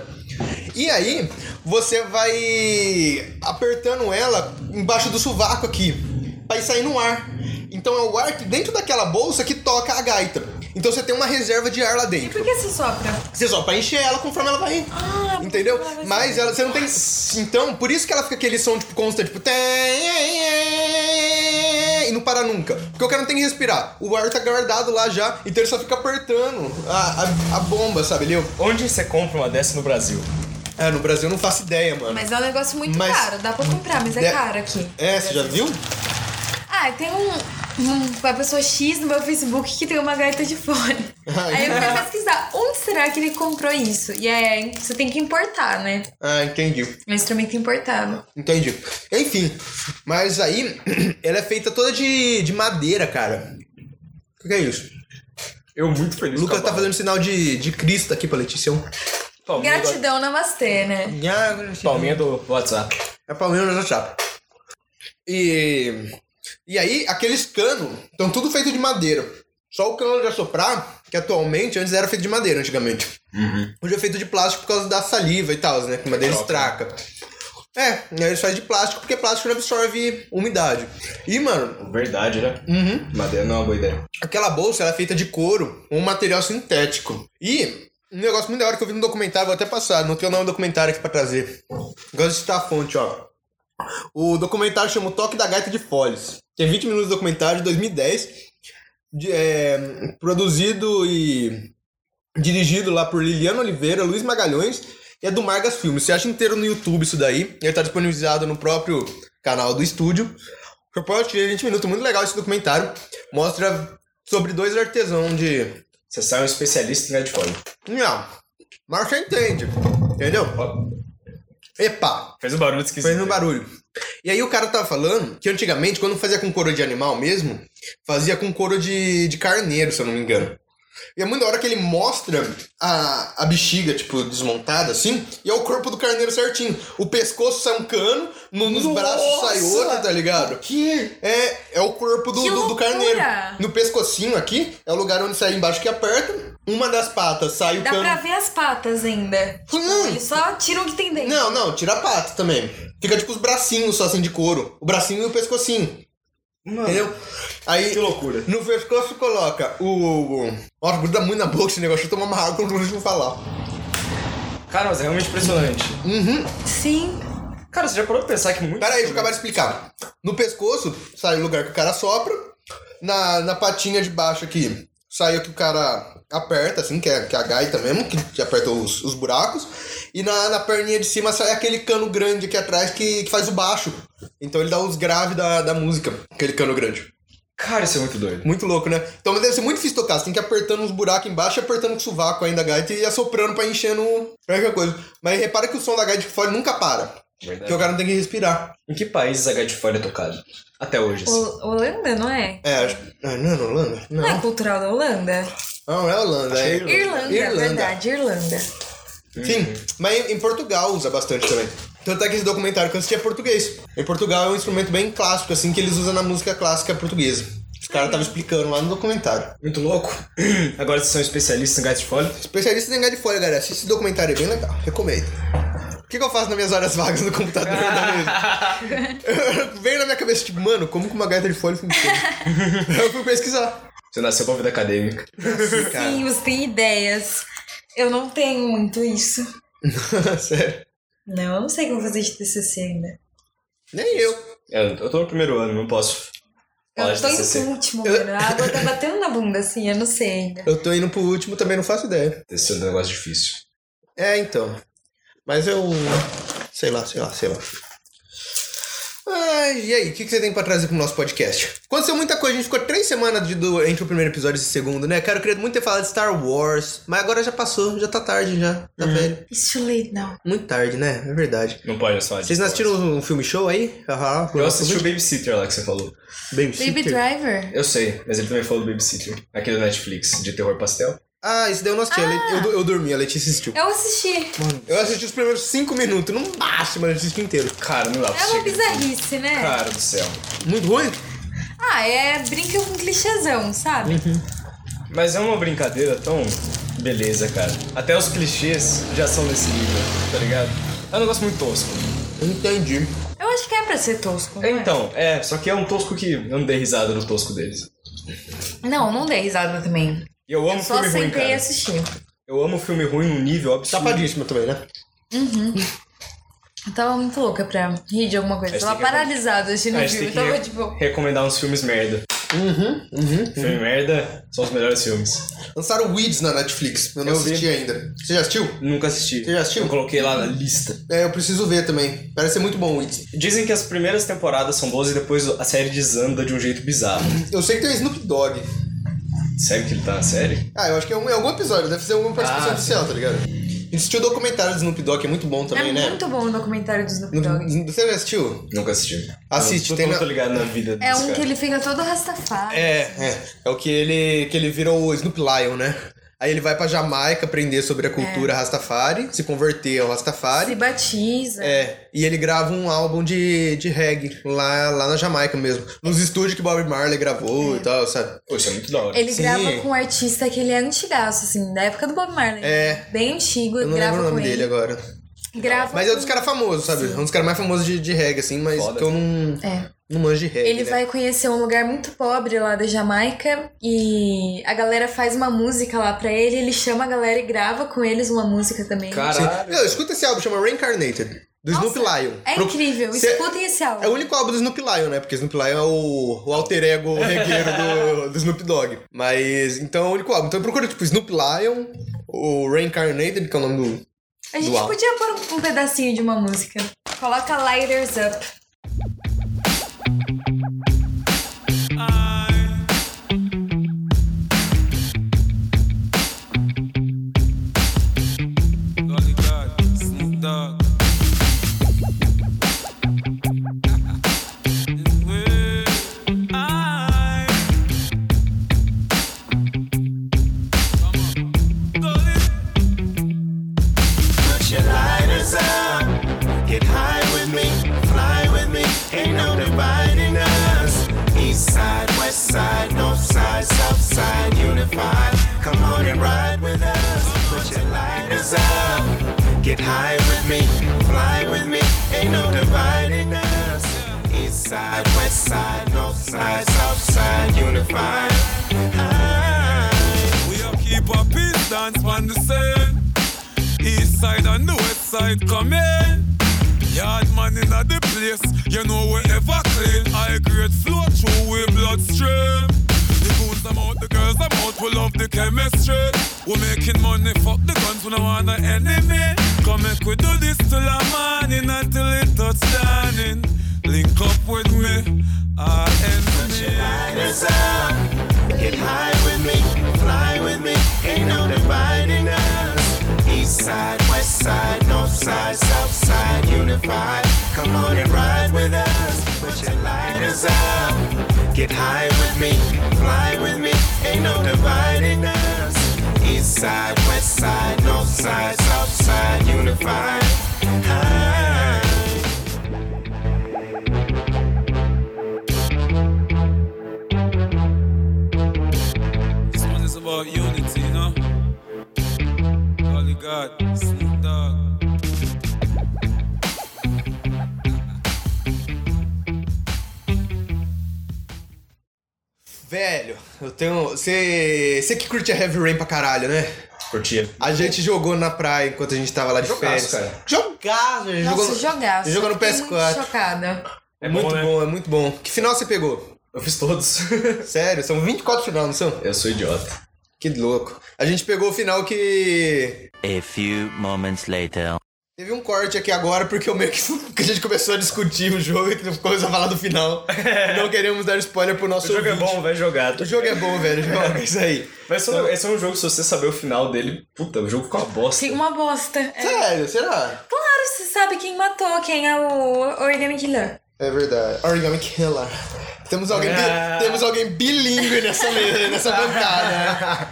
E aí, você vai apertando ela embaixo do sovaco aqui, pra ir saindo um ar. Então é o ar que dentro daquela bolsa que toca a gaita. Então você tem uma reserva de ar lá E dentro. por que se sopra? Você só pra encher ela conforme ela vai indo. Ah, Entendeu? porque ela vai Mas ser- ela, você não tem. Então, por isso que ela fica aquele som, tipo, constante, tipo. é, E não para nunca. Porque o cara não tem que respirar. O ar tá guardado lá já, então ele só fica apertando a, a, a bomba, sabe? Ele, Onde você compra uma dessa no Brasil? ah, no Brasil eu não faço ideia, mano. Mas é um negócio muito Mas- caro, dá pra comprar, mas é De- caro aqui. É, você já viu? Ah, tem um, um- uma pessoa X no meu Facebook que tem uma gaita de fone. Ai. Aí eu fui pesquisar onde será que ele comprou isso. E é, você tem que importar, né? Ah, entendi. É um instrumento importado. Entendi. Enfim, mas aí ela é feita toda de, de madeira, cara. O que que é isso? Eu muito feliz. O Lucas tá fazendo sinal de, de Cristo aqui pra Letícia. palminha do, Gratidão, namastê, né? palminha do WhatsApp. É Palmeiras da Chapa. E. E aí, aqueles canos estão tudo feito de madeira. Só o cano de assoprar, que atualmente antes era feito de madeira, antigamente. Hoje é feito de plástico por causa da saliva e tal, né? Que madeira Troca. estraca. É, né, eles fazem de plástico porque plástico não absorve umidade. E, mano, Verdade, né? uhum, Madeira não é uma boa ideia. aquela bolsa ela é feita de couro, um material sintético. E um negócio muito da hora que eu vi no documentário, vou até passar, não tenho o nome do documentário aqui pra trazer. Gosto de citar a fonte, ó. O documentário chama O Toque da Gaita de Foles. Tem 20 minutos de documentário de 2010, de- é, produzido e dirigido lá por Liliana Oliveira, Luiz Magalhães e é do Margas Filmes. Você acha inteiro no YouTube isso daí, ele tá disponibilizado no próprio canal do estúdio. Você pode tirar 20 minutos, muito legal esse documentário. Mostra sobre dois artesãos de. Você sai um especialista em headphone. Não, mas você entende, entendeu? Ó, Epa, Fez um barulho esquisito. fez um barulho. E aí o cara tava falando que antigamente, quando fazia com couro de animal mesmo, fazia com couro de, de carneiro, se eu não me engano. E é muito da hora que ele mostra a, a bexiga, tipo, desmontada assim, e é o corpo do carneiro certinho. O pescoço sai um cano, no- nos Nossa! braços sai outro, tá ligado? Que? É, é o corpo do, Que do, do loucura! carneiro. No pescocinho aqui, é o lugar onde sai embaixo que aperta. uma das patas sai o Dá cano. pra ver as patas ainda. Tipo, Hum. eles só tiram o que tem dentro. Não, não, tira a pata também. Fica tipo os bracinhos só assim de couro. O bracinho e o pescocinho. Mano, Entendeu? Aí que loucura. no pescoço coloca o. o- Nossa, gruda muito na boca esse negócio. Deixa eu tomar uma água quando eu falar. Cara, mas é realmente impressionante. Uhum. Sim. Cara, você já parou pra pensar que muito. Pera aí, deixa eu acabar de explicar. No pescoço, sai o lugar que o cara sopra. Na, na patinha de baixo aqui, sai o que o cara aperta, assim, que é, que é a gaita mesmo, que, que aperta os, os buracos. E na, na perninha de cima sai aquele cano grande aqui atrás que, que faz o baixo. Então ele dá os graves da, da música, aquele cano grande. Cara, isso é muito doido. Muito louco, né? Então mas deve ser muito difícil tocar. Você tem que ir apertando uns buracos embaixo e apertando com o sovaco ainda a gaita e assoprando pra encher no. qualquer coisa. Mas repara que o som da gaita de fora nunca para. Porque o cara não tem que respirar. Em que países a Gadfire é tocado? Até hoje, assim. Ho- Holanda, não é? É, acho que. ah, Não é na Holanda? Não é Não. cultural da Holanda? Não, é Holanda. É... Achei- Irlanda, Irlanda. é verdade, Irlanda. Sim, mas em- em Portugal usa bastante também. Tanto é que esse documentário que eu assisti é português. Em Portugal é um instrumento bem clássico, assim, que eles usam na música clássica portuguesa. Os caras estavam explicando lá no documentário. Muito louco. Agora vocês são especialistas em Gadfire? Especialista em de folha, galera. Assiste esse documentário, é bem legal. Recomendo. O que, que eu faço nas minhas horas vagas no computador da mesa? Veio na minha cabeça, tipo, mano, como que uma gaita de folha funciona? eu fui pesquisar. Você nasceu pra vida acadêmica. Cara. Sim, você tem ideias. Eu não tenho muito isso. Sério. Não, eu não sei o que eu vou fazer de TCC ainda. Nem eu. Eu, É, eu tô no primeiro ano, não posso. falar Eu de tô TCC. em último, mano. A água tá batendo na bunda, assim, eu não sei ainda. Eu tô indo pro último, também não faço ideia. Esse é um negócio difícil. É, então. Mas eu. Sei lá, sei lá, sei lá. Ai, e aí, o que, que você tem pra trazer pro nosso podcast? Aconteceu muita coisa, a gente ficou três semanas de- do- entre o primeiro episódio e o segundo, né? Cara, eu queria muito ter falado de Star Wars, mas agora já passou, já tá tarde já, tá velho. Isso late não. Muito tarde, né? É verdade. Não pode falar disso. Vocês não assistiram um filme show aí? Ah, um Aham, Eu assisti o Babysitter lá que você falou. é Baby Driver? Eu sei, mas ele também falou do Babysitter. Aquele do Netflix, de terror pastel. Ah, esse daí eu não assisti. a Le- Eu, eu dormi, a Letícia assistiu. Eu assisti. É Eu assisti os primeiros cinco minutos, no máximo, a Letícia assistiu inteiro. Cara, não dá pra É uma chegar. bizarrice, né? Cara do céu. Muito ruim? Ah, é brinca com clichêzão, sabe? Uhum. Mas é uma brincadeira tão. Beleza, cara. Até os clichês já são desse nível, tá ligado? É um negócio muito tosco. Entendi. Eu acho que é pra ser tosco. não é? Então, é, só que é um tosco que eu não dei risada no tosco deles. Não, não dei risada também. E eu amo Eu só filme ruim, sentei e cara. assisti. Eu amo filme ruim num nível absurdo. Tá Tapadíssima também, né? Eu tava muito louca pra rir de alguma coisa. A gente Tava tem que- paralisada assistindo Ah, A o gente tem filme. que Tava re- tipo. recomendar uns filmes merda. Uhum, uhum. Filme merda são os melhores filmes. Lançaram Weeds na Netflix. Eu não Eu vi. assisti ainda. Você já assistiu? Nunca assisti. Você já assistiu? Eu coloquei lá na lista. É, eu preciso ver também. Parece ser muito bom o Weeds. Dizem que as primeiras temporadas são boas e depois a série desanda de um jeito bizarro. Eu sei que tem o Snoop Dogg. Sério que ele tá na série? Ah, eu acho que é, um, é algum episódio. Deve ser alguma participação Ah, oficial, tá ligado? A gente assistiu o documentário do Snoop Dogg, que é muito bom também, é né? muito bom o documentário do Snoop Dogg. Snoop- Você já assistiu? Nunca assisti. Assiste, eu, tem Eu na- tô ligado na vida desse É um cara. que ele fica todo rastafado. É, é. É o que ele, que ele vira o Snoop Lion, né? Aí ele vai pra Jamaica aprender sobre a cultura Rastafari, se converter ao Rastafari. É. Se batiza. É, e ele grava um álbum de, de reggae lá, lá na Jamaica mesmo. Nos estúdios que Bob Marley gravou e tal, sabe? Pô, isso é muito da hora. Ele Sim. grava com um artista que ele é antigaço, assim, da época do Bob Marley. É. Bem antigo, Eu não grava lembro o nome com dele ele. agora. Grava Mas é um com- dos caras famosos, sabe? É um dos caras mais famosos de, de reggae, assim, mas Foda. que eu não, É. não manjo de reggae. Ele né? vai conhecer um lugar muito pobre lá da Jamaica e a galera faz uma música lá pra ele, ele chama a galera e grava com eles uma música também. Sim. Caralho. Não, escuta esse álbum, chama Reincarnated, do Nossa, Snoop Lion. É Pro- incrível, Cê- escutem esse álbum. É o único álbum do Snoop Lion, né? Porque Snoop Lion é o, o alter ego regueiro do, do Snoop Dogg. Mas, então, é o único álbum. Então procura, tipo, Snoop Lion, o Reincarnated, que é o nome do, A gente do álbum. podia pôr um- um pedacinho de uma música. Coloca Lighters Up. Dolly God, Snoop Dogg. It's weird. I- Come on. Dolly. Put your lighters up. Get high with me, fly with me. Ain't no dividing us. East side, west side, north side. side, south side, unified. Come on and ride with us. Put your lighters up. Get high with me, fly with me. Ain't no dividing us. East side, west side, north side, south side, unified. High. We a keep our peace dance on the same. East side and the west side come in. Yard man in the place, you know we ever clean. High grade flow through we bloodstream. The goons I'm out, the girls I'm out, we love the chemistry. We're making money, fuck the guns, we don't want no enemy. Come make we do this till the morning until it touch dawning. Link up with me, our enemy. Lighters up. Get high with me, fly with me. Ain't no dividing us. East side, west side, north side, south side, unified. Come on and ride with us. Put your lighters up. Get high with me, fly with me. Ain't no dividing us. East side, west side, north side, south side, unified. High. This one is about unity, you know? Holy God, Snoop Dogg. Velho, eu tenho. Você. Você que curte a Heavy Rain pra caralho, né? Curtia. A gente jogou na praia enquanto a gente tava lá de Jogaço, férias. cara. Jogaço, a gente Nossa, jogou. no- jogaço. Jogou no Eu fiquei PS4. Muito chocada. É muito bom, né? bom, é muito bom. Que final você pegou? Eu fiz todos. Sério, são 24 finais, não são? eu sou idiota. Que louco. A gente pegou o final que. A few moments later. Teve um corte aqui agora, porque eu meio que que a gente começou a discutir o jogo e começou a falar do final. Não queremos dar spoiler pro nosso O jogo é ouvinte. bom, vai jogar. O jogo é bom, velho. Joga isso aí. Mas só- esse é um jogo, se você saber o final dele, puta, o jogo ficou uma bosta. Fica uma bosta. É. Sério, será? Claro, você sabe quem matou, quem é o Organic Killer. É verdade. Origami Killer. Temos alguém, bi- Ah. temos alguém bilíngue nessa, mesa, nessa bancada. né?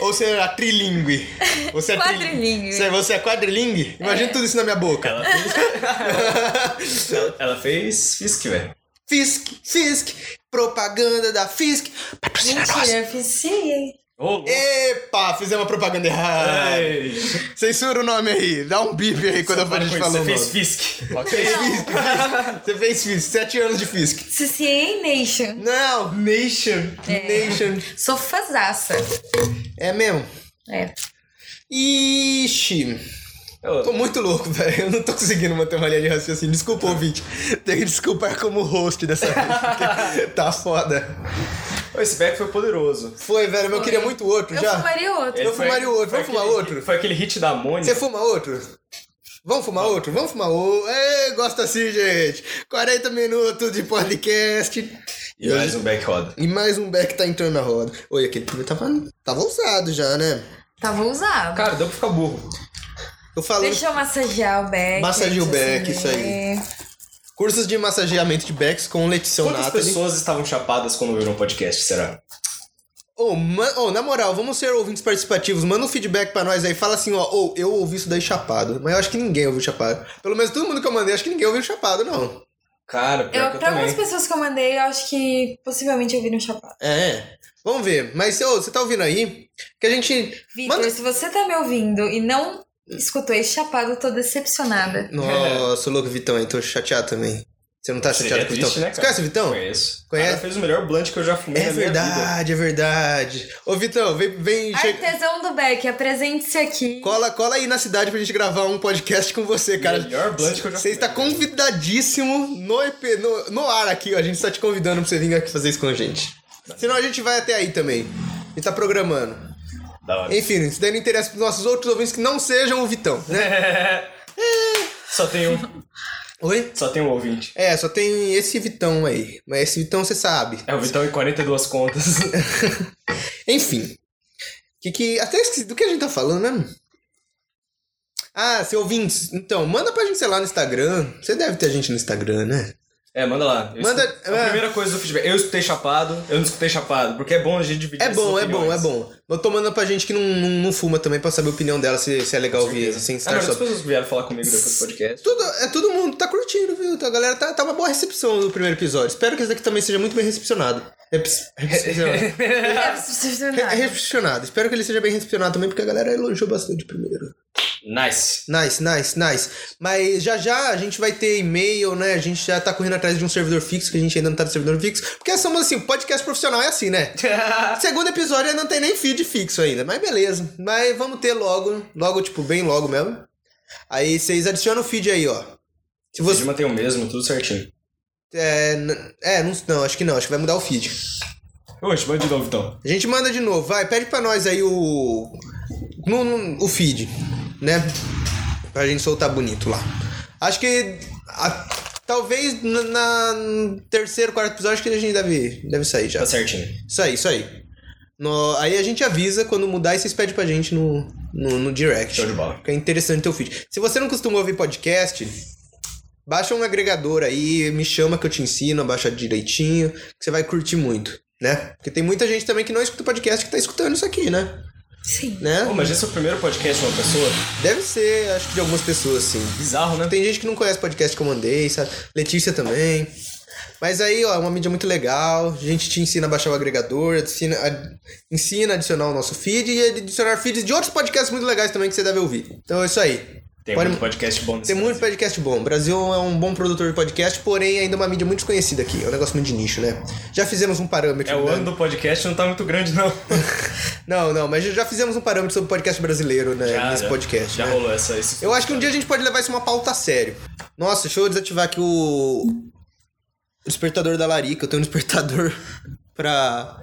Ou será trilingue? Você é tri- Quadrilingue. Você, você é quadrilingue? Imagina tudo isso na minha boca. Ela fez. ela, ela fez Fisk, velho. Fisk, Fisk, propaganda da Fisk. Patrocina nós. Mentira, eu fiz sim. Ô, louco. Epa, fizemos uma propaganda errada. Ai. Censura o nome aí. Dá um bip aí quando a gente falou Você o nome. fez Fisk. Fez Fisk. Você fez Fisk. Sete anos de Fisk. CCA Nation. Não, Nation. Nation. Sou fazaça. É mesmo? É. Ixi. Ô, Tô muito louco, velho. Eu não tô conseguindo manter uma linha de raciocínio. Desculpa, ouvinte. Tenho que desculpar como host dessa vez. porque tá foda. Esse back foi poderoso. Foi, velho, mas eu queria muito outro Eu já. fumaria outro. Eu Foi- fumaria outro. foi Vamos fumar aquele- outro? Foi aquele hit da Mônica. Você fuma outro? Vamos fumar outro? Vamos fumar outro. Ei, gosta assim, gente. 40 minutos de podcast. E mais um back roda. E mais um back tá entrando na roda. Oi, aquele primeiro tava, tava ousado já, né? Tava usado. Cara, deu pra ficar burro. Eu falo Tá, Deixa eu massagear o Beck. Massageia o deixa eu Beck, isso acender. cursos de massageamento de backs com Letição Quantas Nathalie. pessoas estavam chapadas quando viram o podcast, será? Ô, man- ô, na moral, vamos ser ouvintes participativos. Manda um feedback pra nós aí. Fala assim, ó. Ou eu ouvi isso daí chapado. Mas eu acho que ninguém ouviu chapado. Pelo menos todo mundo que eu mandei, acho que ninguém ouviu chapado, não. Cara, Eu, pior que eu pra algumas também. pessoas que eu mandei, eu acho que possivelmente eu vi no chapado. É. Vamos ver. Mas, ô, você tá ouvindo aí? Que a gente. Vitor, Manda- se você tá me ouvindo e não escutou esse chapado, eu tô decepcionada. Hum, Nossa, louco, Vitão, aí tô chateado também. Você não tá chateado Seria com o triste, Vitão? né, você cara? conhece o Vitão? Conheço. Conhece? Cara, fez o melhor blunt que eu já fumei É na minha vida. verdade, é verdade. Ô, Vitão, vem. vem che- Artesão do Beck, apresente-se aqui. Cola, cola aí na cidade pra gente gravar um podcast com você, cara. Melhor blunt que eu já Você está fumei. convidadíssimo no, EP, no, no ar aqui, ó. A gente está te convidando pra você vir aqui fazer isso com a gente. Senão a gente vai até aí também. E tá programando. Da hora. Enfim, isso daí não interessa pros nossos outros ouvintes que não sejam o Vitão, né? Só tem um. Oi? Só tem um ouvinte. É, só tem esse Vitão aí. Mas esse Vitão você sabe. É o Vitão e 42 contas. Enfim. Que que. Até esqueci do que a gente tá falando, né? Ah, seu ouvintes, então, manda pra gente, sei lá, no Instagram. Você deve ter gente no Instagram, né? É, manda lá. Eu Manda- escuto- é. A primeira coisa do feedback. Eu escutei chapado, eu não escutei chapado. Porque é bom a gente dividir É essas bom, é bom, opiniões. Ah, é bom. Eu tô mandando pra gente que não, não, não fuma também pra saber a opinião dela se, se é legal ouvir isso, sem Ah, não, estar as só. pessoas vieram falar comigo depois do podcast. Tudo, é, todo mundo tá curtindo, viu? A galera tá, tá uma boa recepção do primeiro episódio. Espero que esse daqui também seja muito bem recepcionado. Reps- recepcionado. é? é Re- recepcionado. Espero que ele seja bem recepcionado também, porque a galera elogiou bastante o primeiro. Nice. Nice, nice, nice. Mas já já a gente vai ter e-mail, né? A gente já tá correndo atrás de um servidor fixo, que a gente ainda não tá no servidor fixo. Porque somos assim, o podcast profissional é assim, né? Segundo episódio não tem nem feed fixo ainda, mas beleza. Mas vamos ter logo, logo, tipo, bem logo mesmo. Aí vocês adicionam o feed aí, ó. Se Você você. mantém o mesmo, tudo certinho. É, n- é não, não, acho que não, acho que vai mudar o feed. Oxe, manda de novo então. A gente manda de novo, vai, pede pra nós aí o. No, no- o feed, né? Pra gente soltar bonito lá. Acho que. a- talvez na, na- no terceiro, quarto episódio, acho que a gente deve, deve sair já. Tá certinho. Isso aí, isso aí. No- aí a gente avisa quando mudar e vocês pedem pra gente no, no, no direct. Show de bola. Fica é interessante ter o feed. Se você não costuma ouvir podcast, baixa um agregador aí, me chama que eu te ensino a baixar direitinho, que você vai curtir muito, né? Porque tem muita gente também que não escuta podcast que tá escutando isso aqui, né? Sim. né? Pô, mas esse é o primeiro podcast de uma pessoa? Deve ser, acho que de algumas pessoas, sim. Bizarro, né? Tem gente que não conhece podcast que eu mandei, sabe? Letícia também. Mas aí, ó, é uma mídia muito legal. A gente te ensina a baixar o agregador, ensina a, ensina a adicionar o nosso feed e adicionar feeds de outros podcasts muito legais também que você deve ouvir. Então é isso aí. Tem Pode- muito podcast bom nesse Tem muito podcast bom. O Brasil é um bom produtor de podcast, porém ainda é uma mídia muito desconhecida aqui. É um negócio muito de nicho, né? Já fizemos um parâmetro. É o né? ano do podcast, não tá muito grande, não. Não, não, mas já fizemos um parâmetro sobre podcast brasileiro, né? Já, nesse já. podcast. Já né? rolou essa. Esse... Eu acho que um dia a gente pode levar isso uma pauta a sério. Nossa, deixa eu desativar aqui o. o despertador da Larica. Eu tenho um despertador pra.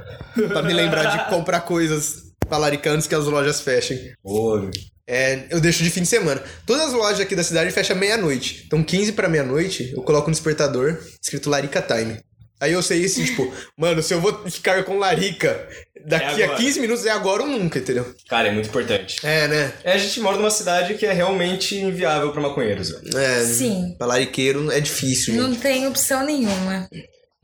pra me lembrar de comprar coisas pra Larica antes que as lojas fechem. Pô, É, eu deixo de fim de semana. Todas as lojas aqui da cidade fecham meia-noite. Então, 15 pra meia-noite, eu coloco um despertador escrito Larica Time. Aí eu sei assim, tipo, mano, se eu vou ficar com Larica daqui É a agora. 15 minutos é agora ou nunca, entendeu? cara, é muito importante. É, né? É, a gente mora numa cidade que é realmente inviável pra maconheiros, velho. É, Sim. Pra lariqueiro é difícil, gente. Não tem opção nenhuma.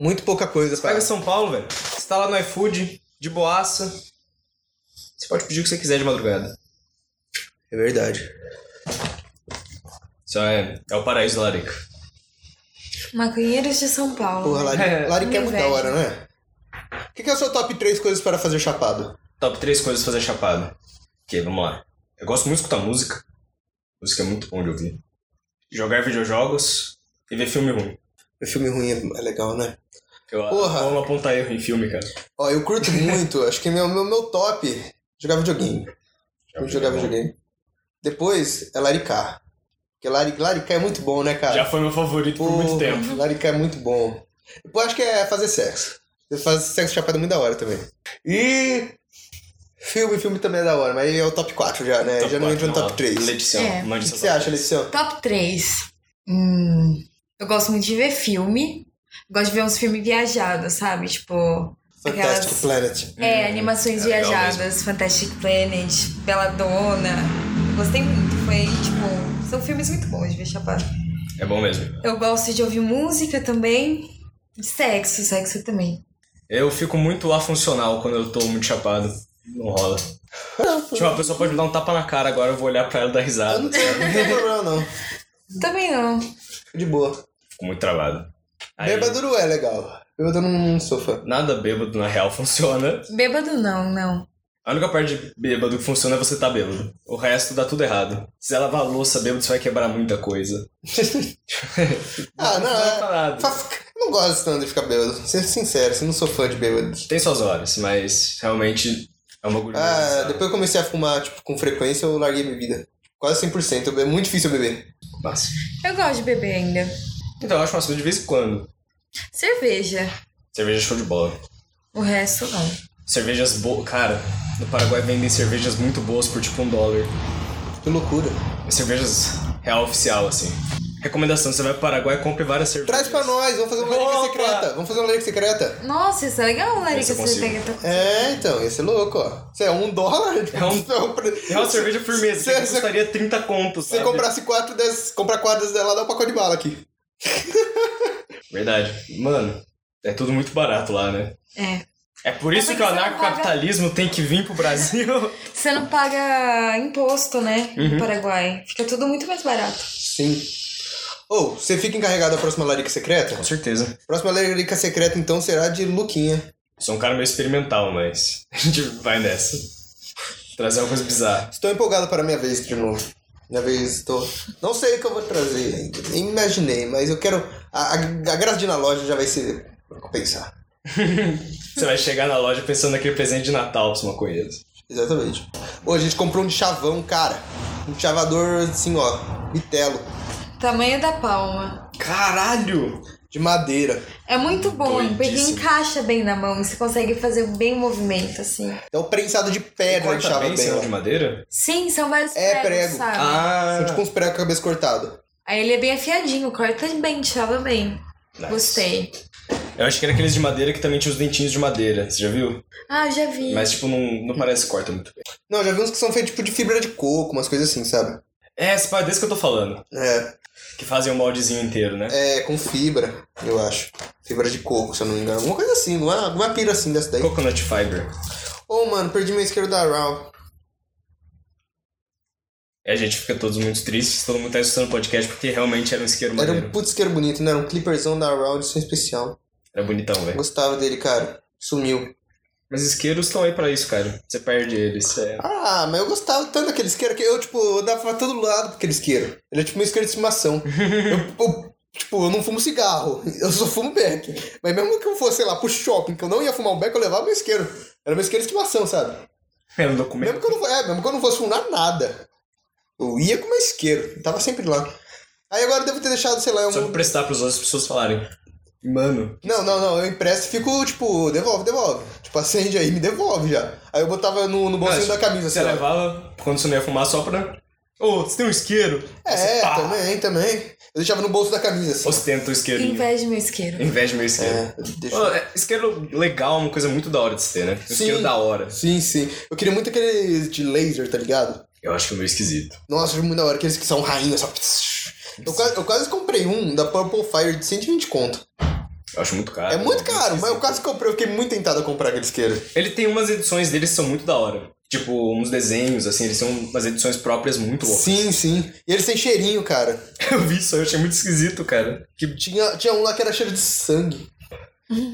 Muito pouca coisa pra... Pega São Paulo, velho. Você tá lá no iFood, de boaça. Você pode pedir o que você quiser de madrugada. É verdade. Isso é, é o paraíso da Larica. Maconheiros de São Paulo. né? Porra, Lari, É. Larica é Me muito da inveja. hora, não é? O que, que é o seu top 3 coisas para fazer chapado? Top três coisas pra fazer chapado. Ok, vamos lá. Eu gosto muito de escutar música. Música é muito bom de ouvir. Jogar videojogos e ver filme ruim. O filme ruim é é legal, né? Eu Porra. amo apontar erro em filme, cara. Ó, eu curto muito. acho que meu, meu, meu top... é Jogar videogame. um Eu jogar videogame. Depois é laricar. Porque lari, laricar é muito bom, né, cara? Já foi meu favorito por muito Porra, tempo. Laricar é muito bom. Depois acho que é fazer sexo. Você faz sexo chapado é muito da hora também. E... Filme, filme também é da hora, mas aí é o top 4 já, né? já não entra no top 3. O que Letícia, É. mande que seu você top. acha, Letícia? Top 3. Hum, eu gosto muito de ver filme. Gosto de ver uns filmes viajados, sabe? Tipo. Fantastic aquelas- Planet. É, animações é legal viajadas, Fantastic Planet, Bela Dona. Gostei muito. Foi, tipo. São filmes muito bons de ver chapado. É bom mesmo. Eu gosto de ouvir música também. e Sexo, sexo também. Eu fico muito afuncional quando eu tô muito chapado. Não rola. Tipo, a pessoa pode me dar um tapa na cara agora, eu vou olhar pra ela e dar Eu risada. não tenho, não tenho problema, não. Também não. De boa. Fico muito travado. Aí, Bêbado é legal. Bêbado não sou fã. Nada bêbado na real funciona. Bêbado não, não. A única parte de bêbado que funciona é você tá bêbado. O resto dá tudo errado. Se ela lavar a louça bêbado, você vai quebrar muita coisa. ah, Não é não. parado. É... fa- Eu não gosto tanto de ficar bêbado. Sendo sincero, assim, não sou fã de bêbado. Tem suas horas, mas realmente é uma gordura. Ah, depois eu comecei a fumar, tipo, com frequência, eu larguei bebida. Quase 100%. eu- É muito difícil eu beber. Massa. Eu gosto de beber ainda. Então, eu acho massa de vez em quando. Cerveja. Cerveja é show de bola. O resto não. Cervejas boas. Cara, no Paraguai vendem cervejas muito boas por tipo um dólar. É Que loucura. Cervejas real oficial, assim. Recomendação: você vai pro Paraguai, compre várias Traz cervejas. pra nós, vamos fazer uma larica Opa! secreta. Vamos fazer uma larica secreta. Nossa, isso é legal, Esse Larica. eu Você consigo. pega tá- É, então, esse é louco, ó. Isso é um dólar? É um- É uma cerveja por mês, Se que você custaria 30 contos. se você comprasse quatro, dez, comprar quatro dessas dela, dá um pacote de bala aqui. Verdade. Mano, é tudo muito barato lá, né? É. É por isso porque que o você não anarcocapitalismo tem que vir pro Brasil. Você não paga imposto, né? Uhum. No Paraguai. Fica tudo muito mais barato. Sim. Ou, você fica encarregado da próxima larica secreta? Com certeza. Próxima larica secreta, então, será de Luquinha. Sou um cara meio experimental, mas a gente vai nessa. Trazer uma coisa bizarra. Estou empolgado para a minha vez de novo. Minha vez estou. Não sei o que eu vou trazer ainda. Nem imaginei, mas eu quero. A, a, a Graça de ir na loja já vai se compensar. Você vai chegar na loja pensando naquele presente de Natal, os maconheiros. Exatamente. Pô, a gente comprou um de chavão, cara. Um chavador assim, ó. Bitelo. Tamanho da palma. Caralho! De madeira. É muito bom, porque Doidíssimo. encaixa bem na mão. Você consegue fazer um bem o movimento, assim. É um prensado de pedra de Corta chavão. bem, bem, serão ó. de madeira? Sim, são vários É, prego. pregos, sabe? São tipo uns pregos com a cabeça cortada. Aí ele é bem afiadinho, corta bem, chava bem. Nice. Gostei. Eu acho que era aqueles de madeira que também tinha os dentinhos de madeira, você já viu? Ah, já vi. Mas, tipo, não, não parece que corta muito bem. Não, já vi uns que são feitos tipo de fibra de coco, umas coisas assim, sabe? É, esse pá, desse que eu tô falando. É, Que fazem o moldezinho inteiro, né? é com fibra, eu acho. Fibra de coco, se eu não me engano. Alguma coisa assim, não é? Alguma pira assim dessa daí. Ô, Coconut fiber. mano, perdi meu isqueiro da Raw. E É, a gente fica todos muito tristes, todo mundo tá escutando o podcast porque realmente era um isqueiro Era maneiro. um Era, puto isqueiro bonito, né? Era um clipperzão da Raw, edição especial. bonitão, velho. Gostava dele, cara. Sumiu. Mas isqueiros estão aí pra isso, cara. Você perde eles. É... Ah, mas eu gostava tanto daquele isqueiro que eu, tipo, eu dava pra todo lado pra aquele isqueiro. Ele é tipo um isqueiro de estimação. eu, eu- tipo, eu não fumo cigarro, eu só fumo beck. Mas mesmo que eu fosse, sei lá, pro shopping, que eu não ia fumar um beck, eu levava meu isqueiro. Era meu isqueiro de estimação, sabe? Era um documento. Mesmo que eu não, é, mesmo que eu não fosse fumar nada, eu ia com meu isqueiro. Eu tava sempre lá. Aí agora eu devo ter deixado, sei lá, Só pra um... prestar pras outras pessoas falarem. Mano, Não, não, não, eu empresto e fico, tipo, devolve, devolve. Tipo, acende aí, me devolve já. Aí eu botava no, no bolsinho Mas da camisa, assim, sei você lá. levava quando você não ia fumar só pra. Ô, você tem um isqueiro? É, também, também. Eu deixava no bolso da camisa, assim. Ostenta o isqueirinho. Inveja meu isqueiro. Inveja meu isqueiro. É, eu deixo- Ô, é, isqueiro legal é uma coisa muito da hora de se ter, né? Um Isqueiro da hora. Sim, sim. Eu queria muito aquele de laser, tá ligado? Eu acho que é meio esquisito. Nossa, acho muito da hora. Aqueles que são rainhas, só... Eu quase, eu quase comprei um da Purple Fire de 120 conto. Eu acho muito caro. é muito caro, mas eu Ah, esquisito. quase comprei. Eu fiquei muito tentado a comprar aquele isqueiro. Ele tem umas edições dele que são muito da hora. Tipo, uns desenhos, assim, eles são umas edições próprias muito loucas. Sim, sim. E eles têm cheirinho, cara. Eu vi isso, eu achei muito esquisito, cara. Que tinha, tinha um lá que era cheiro de sangue.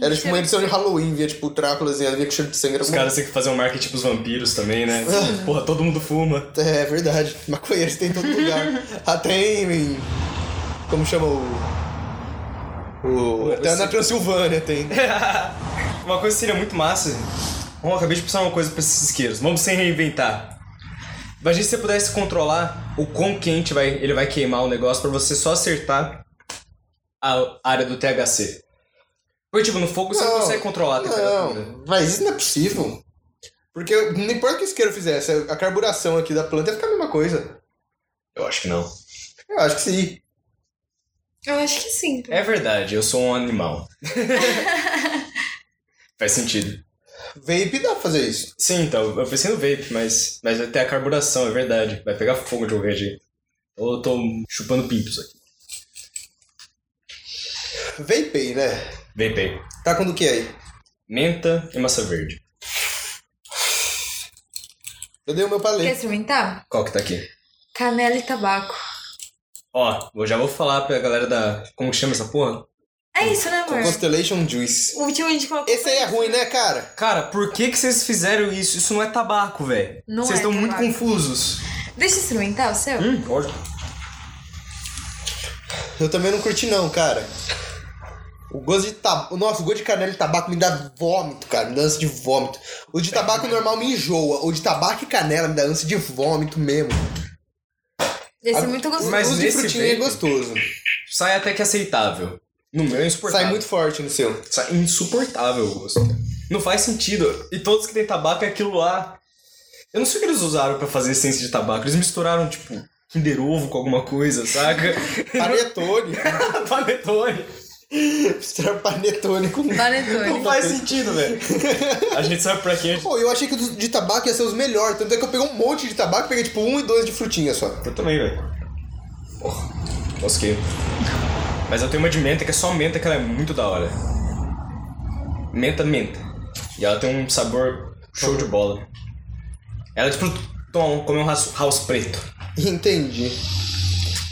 Era tipo uma edição de Halloween, via tipo Dráculazinha, ela vinha com cheiro de sangue. Era Os uma- caras têm que fazer um marketing pros vampiros também, né? Porra, todo mundo fuma. É verdade. Maconheiros tem em todo lugar. Até em. em- Como chama o. O. Até você- na Transilvânia tem. Uma coisa que seria muito massa. Bom, acabei de pensar uma coisa pra esses isqueiros. Vamos sem reinventar. Imagina se você pudesse controlar o quão quente vai, ele vai queimar o negócio pra você só acertar a área do THC. Porque, tipo, no fogo você não, Não, consegue controlar a temperatura. Não, mas isso não é possível. Porque não importa o que o isqueiro fizesse, é a carburação aqui da planta ia ficar a mesma coisa. Eu acho que não. Eu acho que sim. Eu acho que sim. É verdade, eu sou um animal. Faz sentido. Vape dá pra fazer isso. Sim, então, eu pensei no vape, mas, mas vai ter a carburação, é verdade. Vai pegar fogo de qualquer jeito. Ou eu tô chupando pimpos aqui. Vapei, né? Vapei. Tá com do que aí? Menta e massa verde. Eu dei o meu pra Quer ler. experimentar? Qual que tá aqui? Canela e tabaco. Ó, eu já vou falar pra galera da... Como que chama essa porra? É isso, né, amor? Constellation Juice. O último a gente colocou. Esse aí é ruim, né, cara? Cara, por que que vocês fizeram isso? Isso não é tabaco, velho. Não Vocês é estão muito tabaco. confusos. Deixa eu experimentar o seu? Hum, ótimo. Eu também não curti, não, cara. O gosto de tabaco. Nossa, o gosto de canela e tabaco me dá vômito, cara. Me dá ânsia de vômito. O de tabaco normal me enjoa. O de tabaco e canela me dá ânsia de vômito mesmo. Esse é Ah, muito gostoso. mas o de nesse frutinha é vape- gostoso. Sai até que é aceitável. No meu é insuportável. Sai muito forte no seu. Isso é insuportável o gosto. Não faz sentido. E todos que tem tabaco é aquilo lá. Eu não sei o que eles usaram pra fazer essência de tabaco. Eles misturaram, tipo, Kinder Ovo com alguma coisa, saca? Panetone. Panetone. Misturar panetone com. Não Panetone. faz sentido, velho. A gente sabe pra quem a gente... Pô, eu achei que o do- de tabaco ia ser os melhores. Tanto é que eu peguei um monte de tabaco, peguei tipo um e dois de frutinha só. Eu também, velho. Porra. Mosquei. Mas eu tenho uma de menta que é só menta, que ela é muito da hora. Menta, menta. E ela tem um sabor show de bola. Ela é tipo tomar um- comer um house house preto. Entendi.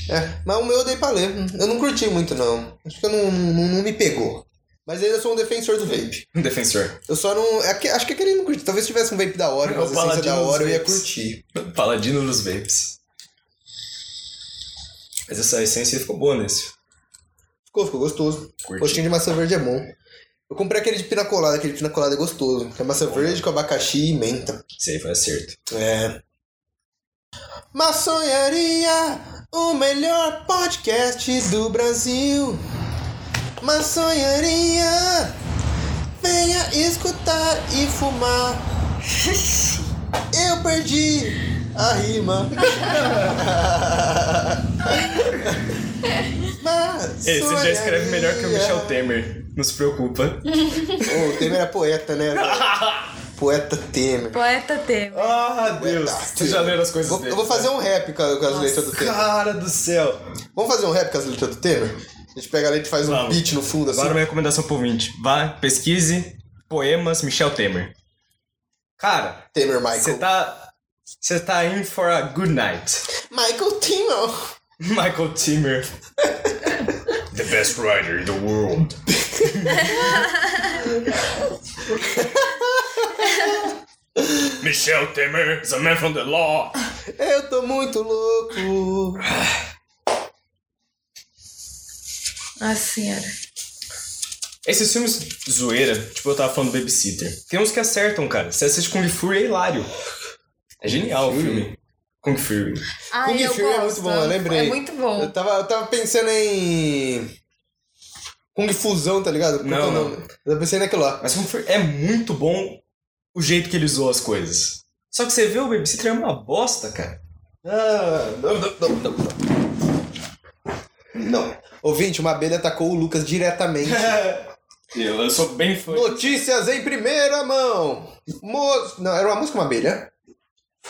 É, mas o meu eu dei pra ler. Eu não curti muito, não. Acho que eu não, não, não me pegou. Mas ainda sou um defensor do vape. Um defensor. Eu só não. é que- Acho que aquele não curti. Talvez se tivesse um vape da hora, É, uma o essência paladino da hora, eu dos ia vapes. curtir. Paladino dos vapes. Mas essa essência ficou boa nesse. Ficou, ficou gostoso. Curti. Gostinho de maçã verde é bom. Eu comprei aquele de pina colada, aquele de pina colada é gostoso. Que é maçã verde com abacaxi e menta. Isso aí foi acerto. É. Maçonharia, o melhor podcast do Brasil. Maçonharia, venha escutar e fumar. Eu perdi a rima. Mas Ei, você já escreve melhor que o Michel Temer. Não se preocupa. O Temer é poeta, né? velho? poeta Temer. Poeta Temer. Ah, Deus. Tá, Vocês já leram as coisas Vou- dele. né? Eu vou fazer um rap com, a- com as letras do Temer. Cara do céu. Vamos fazer um rap com as letras do Temer? A gente pega a letra e faz um Vamos. beat no fundo, assim. Agora uma recomendação pro ouvinte. Vá, pesquise poemas Michel Temer. Cara, Temer você Michael. tá... Você tá in for a good night. Michael Timo! Michael Temer. The best writer in the world. Michel Temer is a man from the law. Eu tô muito louco! Nossa senhora. Esses filmes zoeira, tipo eu tava falando do Babysitter, tem uns que acertam, cara. Você assiste Kung Fury é hilário. É genial o filme. Kung Fury. Ah, Kung eu Fury é gosto. muito bom, eu lembrei. É muito bom. Eu tava, eu tava pensando em. Kung Fusão, tá ligado? Qual que é o Não, nome? Eu tava pensando naquilo lá. Mas Kung Fury é muito bom o jeito que ele usou as coisas. Só que você vê o Babysitter é uma bosta, cara. Ah, não, não, não, não, não. Não. Ouvinte, uma abelha atacou o Lucas diretamente. eu, eu sou bem fã. Notícias em primeira mão! Mo... Não, era uma música uma abelha?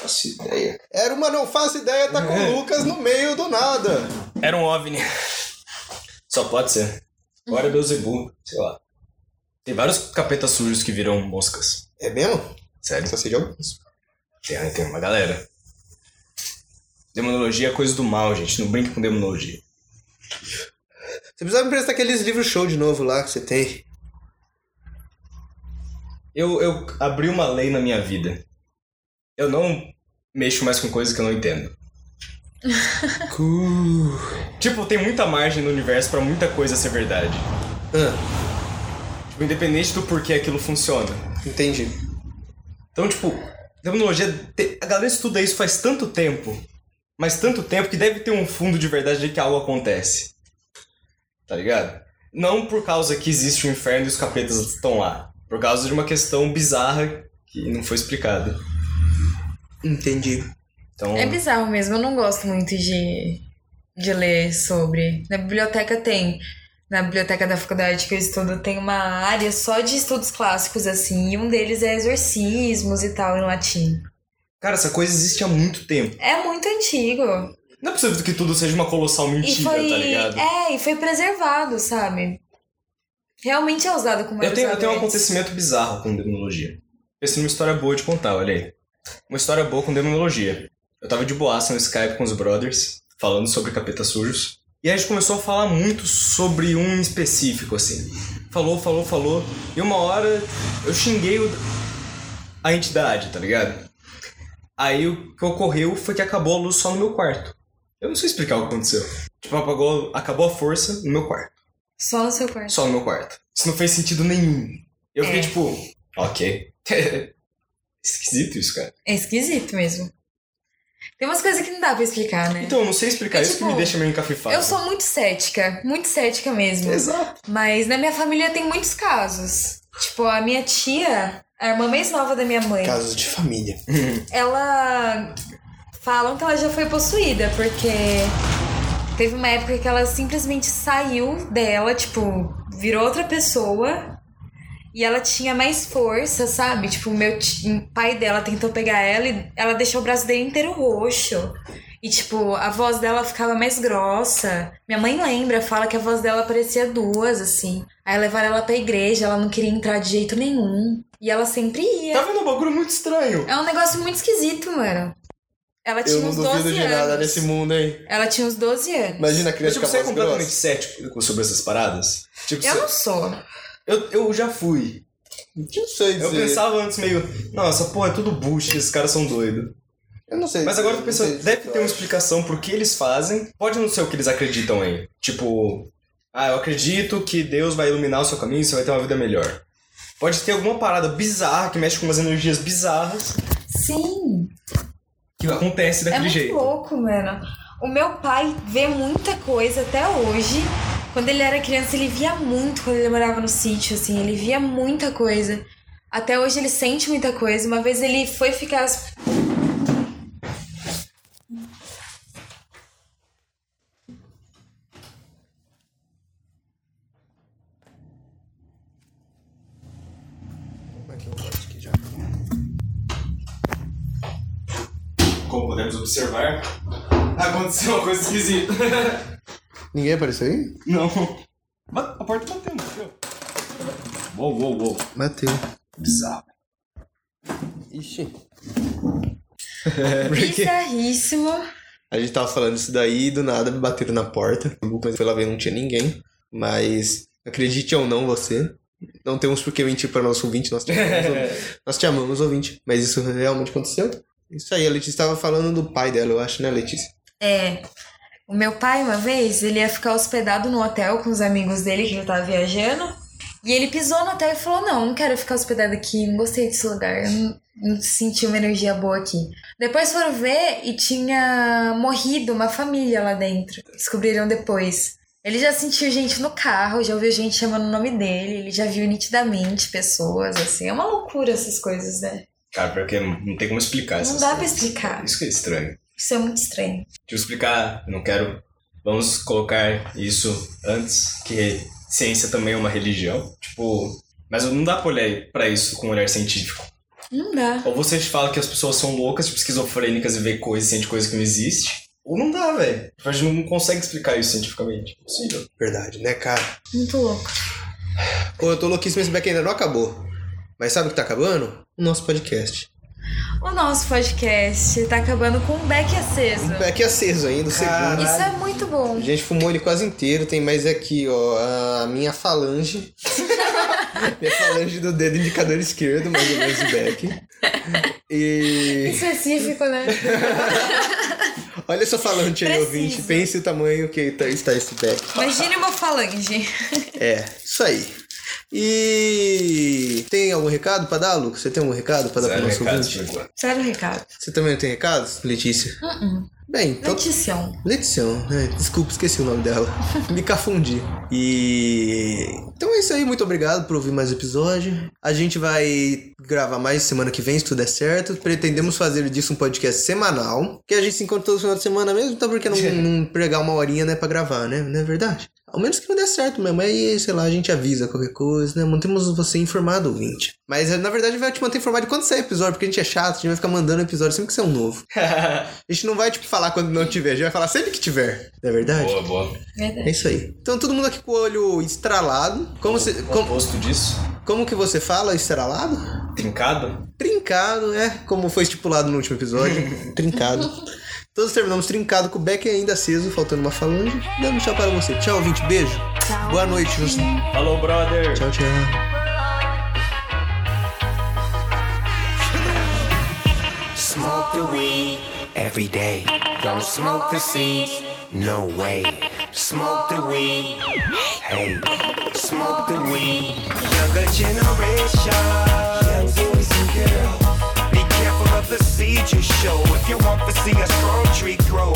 Nossa, ideia. Era uma não faço ideia, tá com o Lucas no meio do nada. Era um OVNI. Só pode ser. Agora é Beuzebu, sei lá. Tem vários capetas sujos que viram moscas. É mesmo? Sério? Só sei de alguns. Tem, tem uma galera. Demonologia é coisa do mal, gente. Não brinque com demonologia. Você precisava me prestar aqueles livros show de novo lá que você tem. Eu, eu abri uma lei na minha vida. Eu não mexo mais com coisa que eu não entendo. Tipo, tem muita margem no universo pra muita coisa ser verdade. Ah, Tipo, independente do porquê aquilo funciona. entendi. Então, tipo, demonologia. te- A galera estuda isso faz tanto tempo. Mas tanto tempo que deve ter um fundo de verdade de que algo acontece. Tá ligado? Não por causa que existe o inferno e os capetas estão lá. Por causa de uma questão bizarra que não foi explicada. Entendi. Então, É bizarro mesmo, eu não gosto muito de, de ler sobre. Na biblioteca tem. Na biblioteca da faculdade que eu estudo tem uma área só de estudos clássicos, assim, e um deles é exorcismos e tal em latim. cara, essa coisa existe há muito tempo. É muito antigo. Não é possível que tudo seja uma colossal E mentira, foi. tá ligado? é, e foi preservado, sabe? Realmente é usado como Eu tenho, eu tenho um argumento. acontecimento bizarro com demonologia. Pensei numa história boa de contar, olha aí. Uma história boa com demonologia. Eu tava de boaça no Skype com os brothers, falando sobre capetas sujos. E aí a gente começou a falar muito sobre um em específico, assim. Falou, falou, falou. E uma hora eu xinguei o- a entidade, tá ligado? Aí o que ocorreu foi que acabou a luz só no meu quarto. Eu não sei explicar o que aconteceu. Tipo, apagou, acabou a força no meu quarto Só no seu quarto. só no meu quarto. Isso não fez sentido nenhum. Eu fiquei É. tipo, ok. Esquisito isso, cara. É esquisito mesmo. Tem umas coisas que não dá pra explicar, né? Então, eu não sei explicar. É isso que tipo, me deixa meio encafifado. eu sou muito cética, muito cética mesmo. Exato. Mas na minha família tem muitos casos. Tipo, a minha tia, a irmã mais nova da minha mãe, Casos de família. ela. Falam que ela já foi possuída, porque teve uma época que ela simplesmente saiu dela, tipo, virou outra pessoa. E ela tinha mais força, sabe? Tipo, o meu ti- o pai dela tentou pegar ela e ela deixou o braço dele inteiro roxo. E, tipo, a voz dela ficava mais grossa. Minha mãe lembra, fala que a voz dela parecia duas, assim. Aí levaram ela pra igreja, ela não queria entrar de jeito nenhum. E ela sempre ia. Tá vendo um bagulho muito estranho. É um negócio muito esquisito, mano. Ela tinha Eu não uns duvido 12 de anos. nada nesse mundo, hein? Ela tinha uns 12 anos. Imagina a Mas, criança tipo, com a você é voz completamente grossa. cético sobre essas paradas? Tipo, Eu você- não sou. Eu, eu já fui. Não sei dizer. Eu pensava antes meio, não, essa porra é tudo bullshit, esses caras são doidos. Eu não sei. Mas agora eu tô Não pensando, sei deve ter uma uns. explicação pro que eles fazem. Pode não ser o que eles acreditam em. Tipo, ah, eu acredito que Deus vai iluminar o seu caminho e você vai ter uma vida melhor. Pode ter alguma parada bizarra que mexe com umas energias bizarras Sim, que acontece é daquele muito jeito. louco, mano. O meu pai vê muita coisa até hoje. Quando ele era criança, ele via muito quando ele morava no sítio, assim, ele via muita coisa. Até hoje ele sente muita coisa. Uma vez ele foi ficar é Como podemos observar, aconteceu uma coisa esquisita. Ninguém apareceu aí? não. Mas a porta tá bateu, não bateu? Uou, uou, uou. Bateu. Bizarro. Ixi. É bizarríssimo. A gente tava falando isso daí e do nada me bateram na porta. Quando foi lá ver não tinha ninguém. Mas acredite ou não você, não temos por que mentir para nosso ouvinte. Nós te amamos, ouvinte. nós te amamos ouvinte. Mas isso realmente aconteceu. Isso aí, a Letícia estava falando do pai dela, eu acho, né, Letícia? É. O meu pai, uma vez, ele ia ficar hospedado no hotel com os amigos dele que ele tava viajando. E ele pisou no hotel e falou: Não, não quero ficar hospedado aqui, não gostei desse lugar, não, não senti uma energia boa aqui. Depois foram ver e tinha morrido uma família lá dentro. Descobriram depois. Ele já sentiu gente no carro, já ouviu gente chamando o nome dele, ele já viu nitidamente pessoas, assim. É uma loucura essas coisas, né? Cara, porque não tem como explicar Não essas dá pra coisas. explicar. Isso que é estranho. Isso é muito estranho. Deixa eu explicar, não quero. Vamos colocar isso antes, que ciência também é uma religião. Tipo, mas não dá pra olhar pra isso com um olhar científico. Não dá. Ou você fala que as pessoas são loucas, tipo, esquizofrênicas e vê coisas e sente coisa que não existe. Ou não dá, velho. Tipo, A gente não consegue explicar isso cientificamente. É Impossível. Verdade, né, cara? Muito louco. Pô, eu tô louquíssimo, esse back ainda não acabou. Mas sabe o que tá acabando? O nosso podcast. O nosso podcast tá acabando com um beck aceso. Um back aceso ainda, o segundo. Isso é muito bom. A gente fumou ele quase inteiro, tem mais aqui, ó, a minha falange. minha falange do dedo indicador esquerdo, mais ou menos o back. E Específico, né? olha essa falange aí, Preciso. ouvinte. Pense o tamanho que tá- está esse back. Imagine uma falange. É, isso aí. E tem algum recado pra dar, Lucas? Você tem algum recado pra dar pro Zero nosso tipo, recados né? ouvinte? por enquanto. Sério, recado. Você também não tem recados, Letícia? Bem, então Petição. Letição, né? Desculpa, esqueci o nome dela. Me cafundi. E. Então é isso aí, muito obrigado por ouvir mais o episódio. A gente vai gravar mais semana que vem, se tudo der certo. Pretendemos fazer disso um podcast semanal. Que a gente se encontra todo final de semana mesmo, então por que não, não pregar uma horinha, né, pra gravar, né? Não é verdade? Ao menos que não dê certo mesmo. Aí, sei lá, a gente avisa qualquer coisa, né? Mantemos você informado, ouvinte. Mas eh, na verdade vai te manter informado de quando sair episódio, porque a gente é chato, a gente vai ficar mandando episódio sempre que sair um novo. A gente não vai, tipo, falar quando não tiver, a gente vai falar sempre que tiver. Não é verdade? boa, boa. Verdade. É isso aí. Então todo mundo aqui com o olho estralado. Como, você, O como, oposto disso, como que você fala estralado? trincado, Trincado, é, como foi estipulado no último episódio. trincado. Todos terminamos trincado com o Beck ainda aceso, faltando uma falange. Dando tchau para você. Tchau, ouvinte. Beijo. Boa noite. Tchau, Falou, brother! tchau. Smoke the weed every day. Don't smoke the seeds. No way. Smoke the weed. Hey, smoke the weed. Younger generation. Young boys and girls. Be careful of the seeds you show. If you want to see a strong tree grow,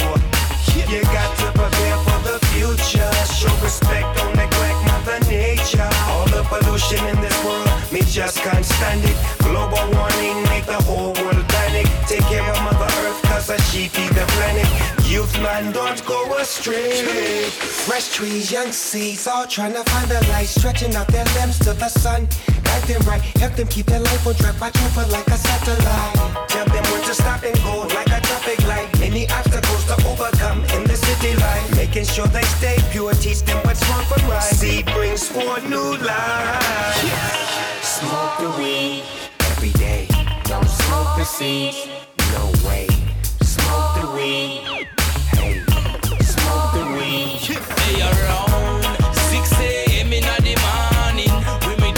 you got to prepare for the future. Show respect, don't neglect Mother Nature. All the pollution in this world, me just can't stand it. Global warming, make the whole world panic. Take care of Mother Earth, cause a she feed the planet. Youth man, don't go astray. Fresh trees, young seeds, all trying to find the light. Stretching out their limbs to the sun. Guide them right, help them keep their life on track. Watch over like a satellite. Tell them when to stop and go like a traffic light. Any obstacles to overcome in the city life. Making sure they stay pure, teach them what's wrong from right. Seed brings forth new life. Smoke the weed every day. Don't smoke the seeds. No way. Smoke the weed. Hey, smoke the weed. They around 6 a.m. in the morning. We me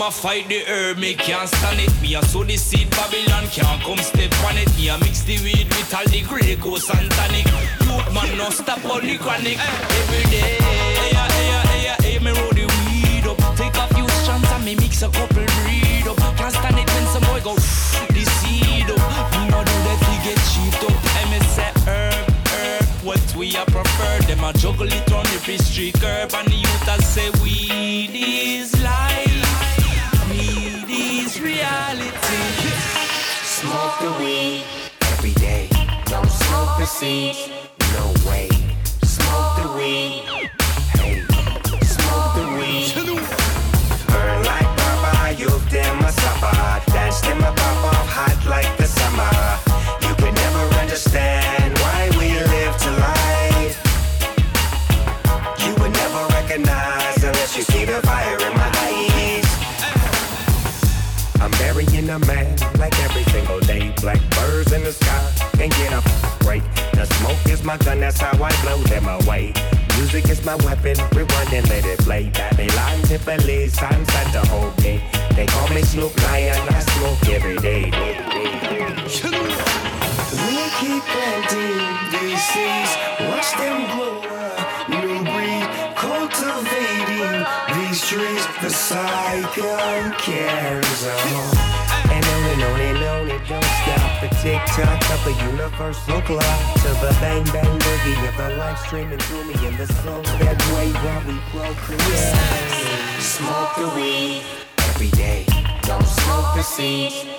a fight the herb, me can't stand it. Me a sow the seed, Babylon can't come step on it. Me a mix the weed with all the Grey Goose and tonic. Youth man, no stop on the chronic. Every day, hey, yeah, hey, yeah, hey, yeah, hey, me roll the weed up. Take a few strands and me mix a couple breed up. Can't stand it when some boy go the seed up. Me no do that, he get cheat up. Hey, me say herb, herb, what we a prefer. Them a juggle it on every street curb and the youth a say weed is life. Weed is reality. Smoke the weed every day. Don't smoke the seeds. No way. Smoke the weed. Hey, smoke the weed. Burn like Baba, you've them a supper. Dance them a pop off hot like the summer. You can never understand why we live to life. You would never recognize unless you see the fire in my eyes. I'm burying a man like every single day. Black birds in the sky and get a break. The smoke is my gun, that's how I blow them away. Music is my weapon, rewind and let it play. Babylon, Tiffany, signs at the whole day. They call me Snoop Lion, I smoke every day. We keep planting these seeds, watch them grow a new breed, cultivating these trees. The cycle carries on. And on and on and on, it don't stop. The tick tock of the universal clock to the bang bang boogie of the life streaming through me in the soul that way while we procreate. Smoke the weed every day. Don't smoke the seeds.